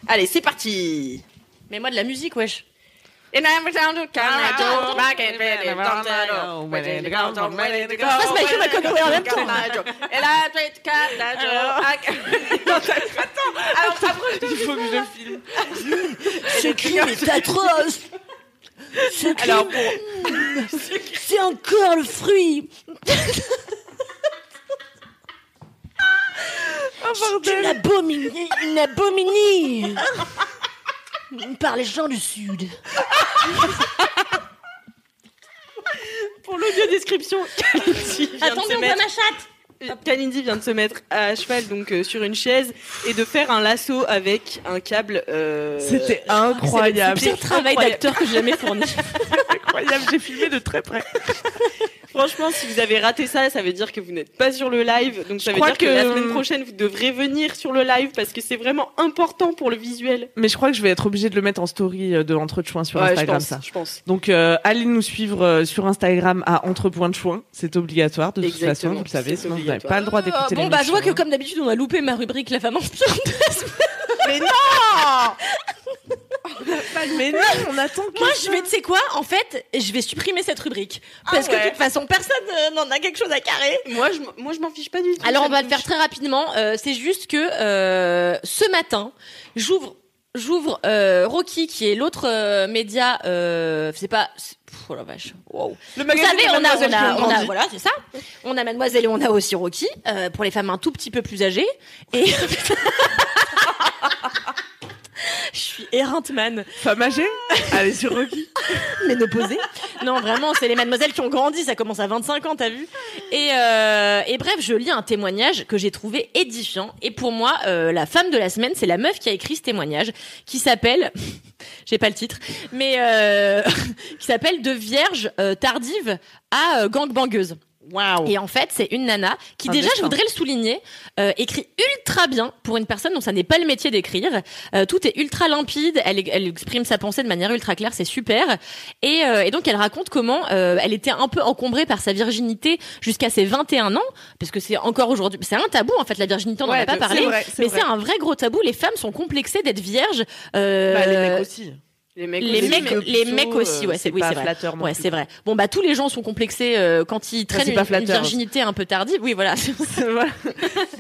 Allez, c'est parti
Mais moi de la musique, wesh.
Passe Mathieu McConaughey en même temps. Attends, alors t'approches de
Il faut que je filme.
Ce crime est
atroce
Alors pour
C'est encore le fruit
Oh bordel.
abominie Une abominie Par les gens du Sud.
pour l'audio description, Kalindi vient, de
Attendez,
se
on voit
mettre,
ma chatte
Euh, Kalindi vient de se mettre à cheval donc euh, sur une chaise et de faire un lasso avec un câble. euh,
C'était incroyable.
C'est le travail d'acteur
que j'ai jamais fourni.
incroyable, j'ai filmé de très près.
Franchement, si vous avez raté ça, ça veut dire que vous n'êtes pas sur le live. Donc ça veut
crois
dire que... la
que-
semaine prochaine, vous devrez venir sur le live parce que c'est vraiment important pour le visuel.
Mais je crois que je vais être obligée de le mettre en story euh, de l'entrechoin sur
Ouais,
Instagram
je pense,
ça.
Je pense.
Donc euh, allez nous suivre euh, sur Instagram à entrepointdechoin, c'est obligatoire de toute façon,
Exactement,
vous le savez,
c'est
sinon vous n'avez
obligatoire.
pas le droit d'écouter hein.
bon,
l'émission.
bah, je vois que comme d'habitude, on a loupé ma rubrique La femme inspirante.
Mais non Mais non, on attend que
Moi, je vais, tu sais quoi En fait, je vais supprimer cette rubrique. Parce que de
ouais.
toute façon, personne euh, n'en a quelque chose à carrer.
Moi, je, m- moi, je m'en fiche pas du tout.
Alors
ça
on va
me
le faire
touche.
très rapidement. Euh, c'est juste que euh, ce matin, j'ouvre j'ouvre euh, Rocky qui est l'autre euh, média. Euh, c'est pas. c'est- pff, oh la vache. Wow.
le
Vous savez, on a, on a, on a-
a
voilà, c'est ça. On a Mademoiselle et on a aussi Rocky euh, pour les femmes un tout petit peu plus âgées. Et je suis éreinte man.
femme âgée, allez sur Rocky.
ménopausée. non, vraiment, c'est les mademoiselles qui ont grandi, ça commence à 25 ans, t'as vu. Et, euh, et bref, je lis un témoignage que j'ai trouvé édifiant. Et pour moi, euh, la femme de la semaine, c'est la meuf qui a écrit ce témoignage, qui s'appelle, j'ai pas le titre, mais euh, qui s'appelle De vierge euh, tardive à euh, gangbangueuse.
Waouh.
Et en fait, c'est une nana qui,
Un
déjà, je
destin.
voudrais le souligner, euh, écrit ultra bien pour une personne dont ça n'est pas le métier d'écrire. Euh, tout est ultra limpide, elle, elle exprime sa pensée de manière ultra claire, c'est super. Et, euh, et donc, elle raconte comment euh, elle était un peu encombrée par sa virginité jusqu'à ses 21 ans, parce que c'est encore aujourd'hui, c'est un tabou en fait, la virginité, on n'en
Ouais,
a pas
c'est
parlé.
vrai, c'est
mais
vrai.
c'est un vrai gros tabou, les femmes sont complexées d'être vierges. euh,
Bah, les mecs aussi.
Les mecs,
les
aussi,
mecs-
mais-
que
les
plutôt,
mecs aussi,
euh,
ouais, c'est- oui,
pas
c'est vrai.
flatteur non
Ouais,
plus.
c'est vrai. Bon, bah tous les gens sont complexés euh, quand ils traînent
c'est
une,
pas hein.
une
flatteur.
virginité un peu tardive. Oui, voilà.
Voilà.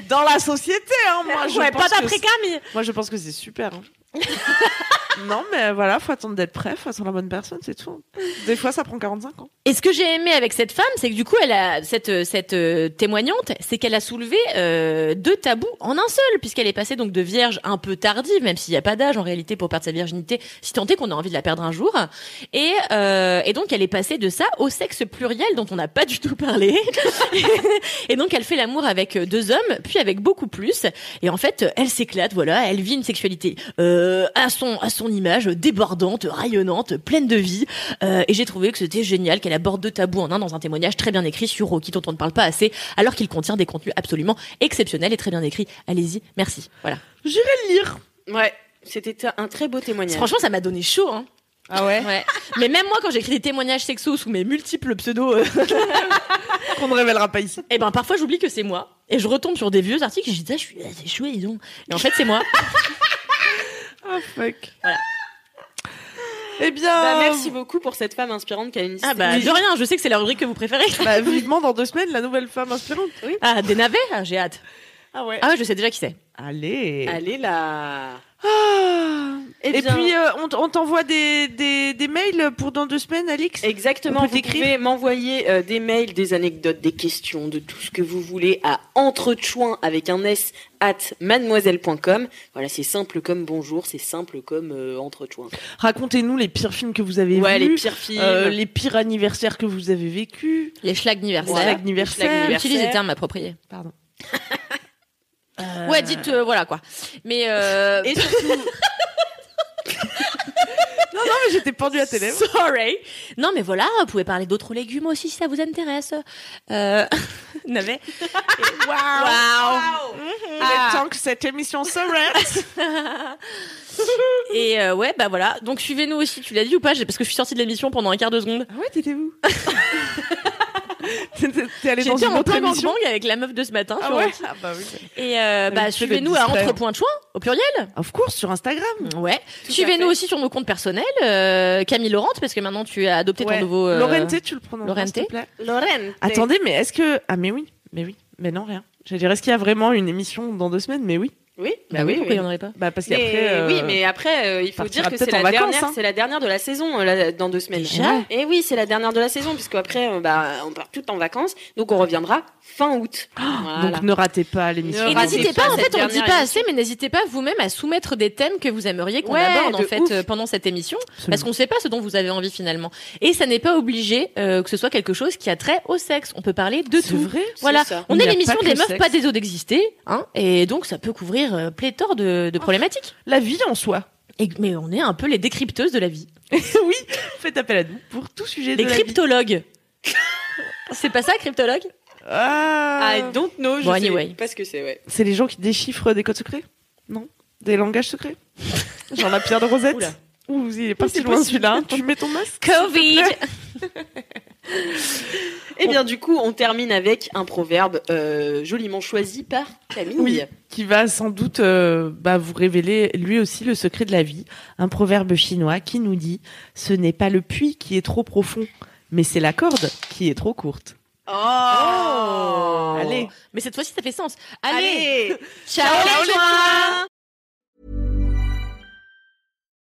Dans la société, hein, moi, je
ouais,
pense
pas
que
d'après Camille.
c'est- moi, je pense que c'est super. hein. non, mais voilà, faut attendre d'être prêt, faut attendre la bonne personne, c'est tout. Des fois, ça prend 45 ans.
Et ce que j'ai aimé avec cette femme, c'est que du coup, elle a cette euh, cette euh, témoignante, c'est qu'elle a soulevé euh, deux tabous en un seul, puisqu'elle est passée donc de vierge un peu tardive, même s'il n'y a pas d'âge en réalité pour perdre sa virginité, si tant est qu'on a envie de la perdre un jour. Et euh, et donc elle est passée de ça au sexe pluriel dont on n'a pas du tout parlé. et donc elle fait l'amour avec euh, deux hommes, puis avec beaucoup plus. Et en fait, euh, elle s'éclate, voilà, elle vit une sexualité euh, à son à son image, euh, débordante, rayonnante, pleine de vie. Euh, et j'ai trouvé que c'était génial qu'elle aborde deux tabous en un dans un témoignage très bien écrit sur Rocky dont on ne parle pas assez, alors qu'il contient des contenus absolument exceptionnels et très bien écrits. Allez-y, merci. Voilà.
J'irai le lire.
Ouais, c'était un très beau témoignage.
Franchement, ça m'a donné chaud. Hein.
Ah ouais
Ouais. Mais même moi, quand j'écris des témoignages sexos sous mes multiples pseudos, euh,
Qu'on ne révélera pas ici.
eh ben parfois j'oublie que c'est moi. Et je retombe sur des vieux articles, et je dis, ah, je suis, ah, c'est chouette, dis donc. Et en fait, c'est moi.
Ah fuck.
Voilà.
Eh bien,
Bah, merci beaucoup pour cette femme inspirante qui a une
Ah bah,
Oui.
de rien, je sais que c'est la rubrique que vous préférez.
bah, vivement dans deux semaines, la nouvelle femme inspirante. Oui.
Ah, des navets Ah, J'ai hâte.
Ah ouais.
Ah ouais, je sais déjà qui c'est.
Allez.
Allez là.
Ah.
Eh
Et
bien-
puis, euh, on t- on t'envoie des, des, des mails pour dans deux semaines, Alix On
Exactement,
peut
vous
t'écrire
pouvez m'envoyer euh, des mails, des anecdotes, des questions, de tout ce que vous voulez à entrechoin avec un s at mademoiselle.com. Voilà, c'est simple comme bonjour, c'est simple comme euh, entrechoin.
Racontez-nous les pires films que vous avez
Ouais, les
vus.
pires films.
euh, les pires anniversaires que vous avez vécus.
Les schlags
Voilà.
anniversaires.
Schlags anniversaires.
Schlags
Utilise les
anniversaires.
termes appropriés.
Pardon.
Ouais, dites, euh, voilà quoi. Mais euh,
Et surtout,
Non, non, mais j'étais pendue à tes lèvres.
Sorry. Non, mais voilà, vous pouvez parler d'autres légumes aussi si ça vous intéresse. Euh... Navet.
Waouh
Wow.
Le temps que cette émission s'arrête.
Et euh, ouais, bah voilà. Donc suivez-nous aussi. Tu l'as dit ou pas J'ai- Parce que je suis sortie de l'émission pendant un quart de seconde.
Ah ouais, t'étais où T'es- T'es t'es allée dans
J'étais
une
en
autre
plein
émission
gangbang avec la meuf de ce matin. sur-
Ah ouais Ah bah oui.
Et euh,
Elle
bah
me fait
suivez-nous
le
à
distraire.
entre points de choix au pluriel.
Of course, sur Instagram.
Ouais.
à fait.
Suivez-nous aussi sur nos comptes personnels. Euh, Camille Laurent, parce que maintenant tu as adopté
Ouais.
ton nouveau. euh,
Laurenté, tu le prononces,
Laurenté
s'il te plaît.
Lorraine.
Attendez, mais est-ce que... Ah mais oui, mais oui, mais non, rien. J'allais dire, est-ce qu'il y a vraiment une émission dans deux semaines Mais oui.
Oui,
Bah,
bah
oui,
oui,
pourquoi
oui.
il n'y en aurait pas
Bah parce
Mais-
qu'après... euh,
Oui, mais après, euh, il faut
partira
dire que
peut-être
c'est
en
la,
vacances,
dernière,
hein.
c'est la dernière de la saison euh, là, dans deux semaines.
Déjà
Et oui, c'est la dernière de la saison, puisque après, euh, bah, on part toutes en vacances, donc on reviendra fin août. Voilà.
Ah, Donc ne ratez pas l'émission.
Et
Ratez
n'hésitez
pas
pas, en
cette
fait, on le dit
dernière
pas
émission.
assez, mais n'hésitez pas vous-même à soumettre des thèmes que vous aimeriez qu'on
Ouais,
aborde, en
de
fait,
ouf.
euh, pendant cette émission. Parce
Absolument.
qu'on ne sait pas ce dont vous avez envie finalement. Et ça n'est pas obligé euh, que ce soit quelque chose qui a trait au sexe. On peut parler de
C'est
tout.
vrai
Voilà,
C'est ça.
on
Il
est
n'y a
l'émission
pas que
des
le
meufs
sexe.
pas des os d'exister, hein, et donc ça peut couvrir euh, pléthore de,
Oh.
de problématiques.
La vie en soi.
Et, mais on est un peu les décrypteuses de la vie,
oui, faites appel à nous pour tout sujet
les
de la vie.
cryptologues. C'est pas ça, cryptologue
Ah,
I don't know, je
Bon,
sais
anyway.
pas ce que c'est, ouais.
C'est les gens qui déchiffrent des codes secrets Non Des langages secrets Genre la pierre de Rosette
Oula.
Ouh, il est pas
C'est
si loin
possible.
celui-là. Tu mets ton masque
Covid.
Eh bien, du coup, on termine avec un proverbe euh, joliment choisi par Camille.
Oui. Qui va sans doute euh, bah, vous révéler lui aussi le secret de la vie. Un proverbe chinois qui nous dit « Ce n'est pas le puits qui est trop profond, mais c'est la corde qui est trop courte.
Oh,
Allez
Mais cette fois-ci, ça fait sens. Oh. Allez,
Allez
ciao,
Ciao,
les
les
joints.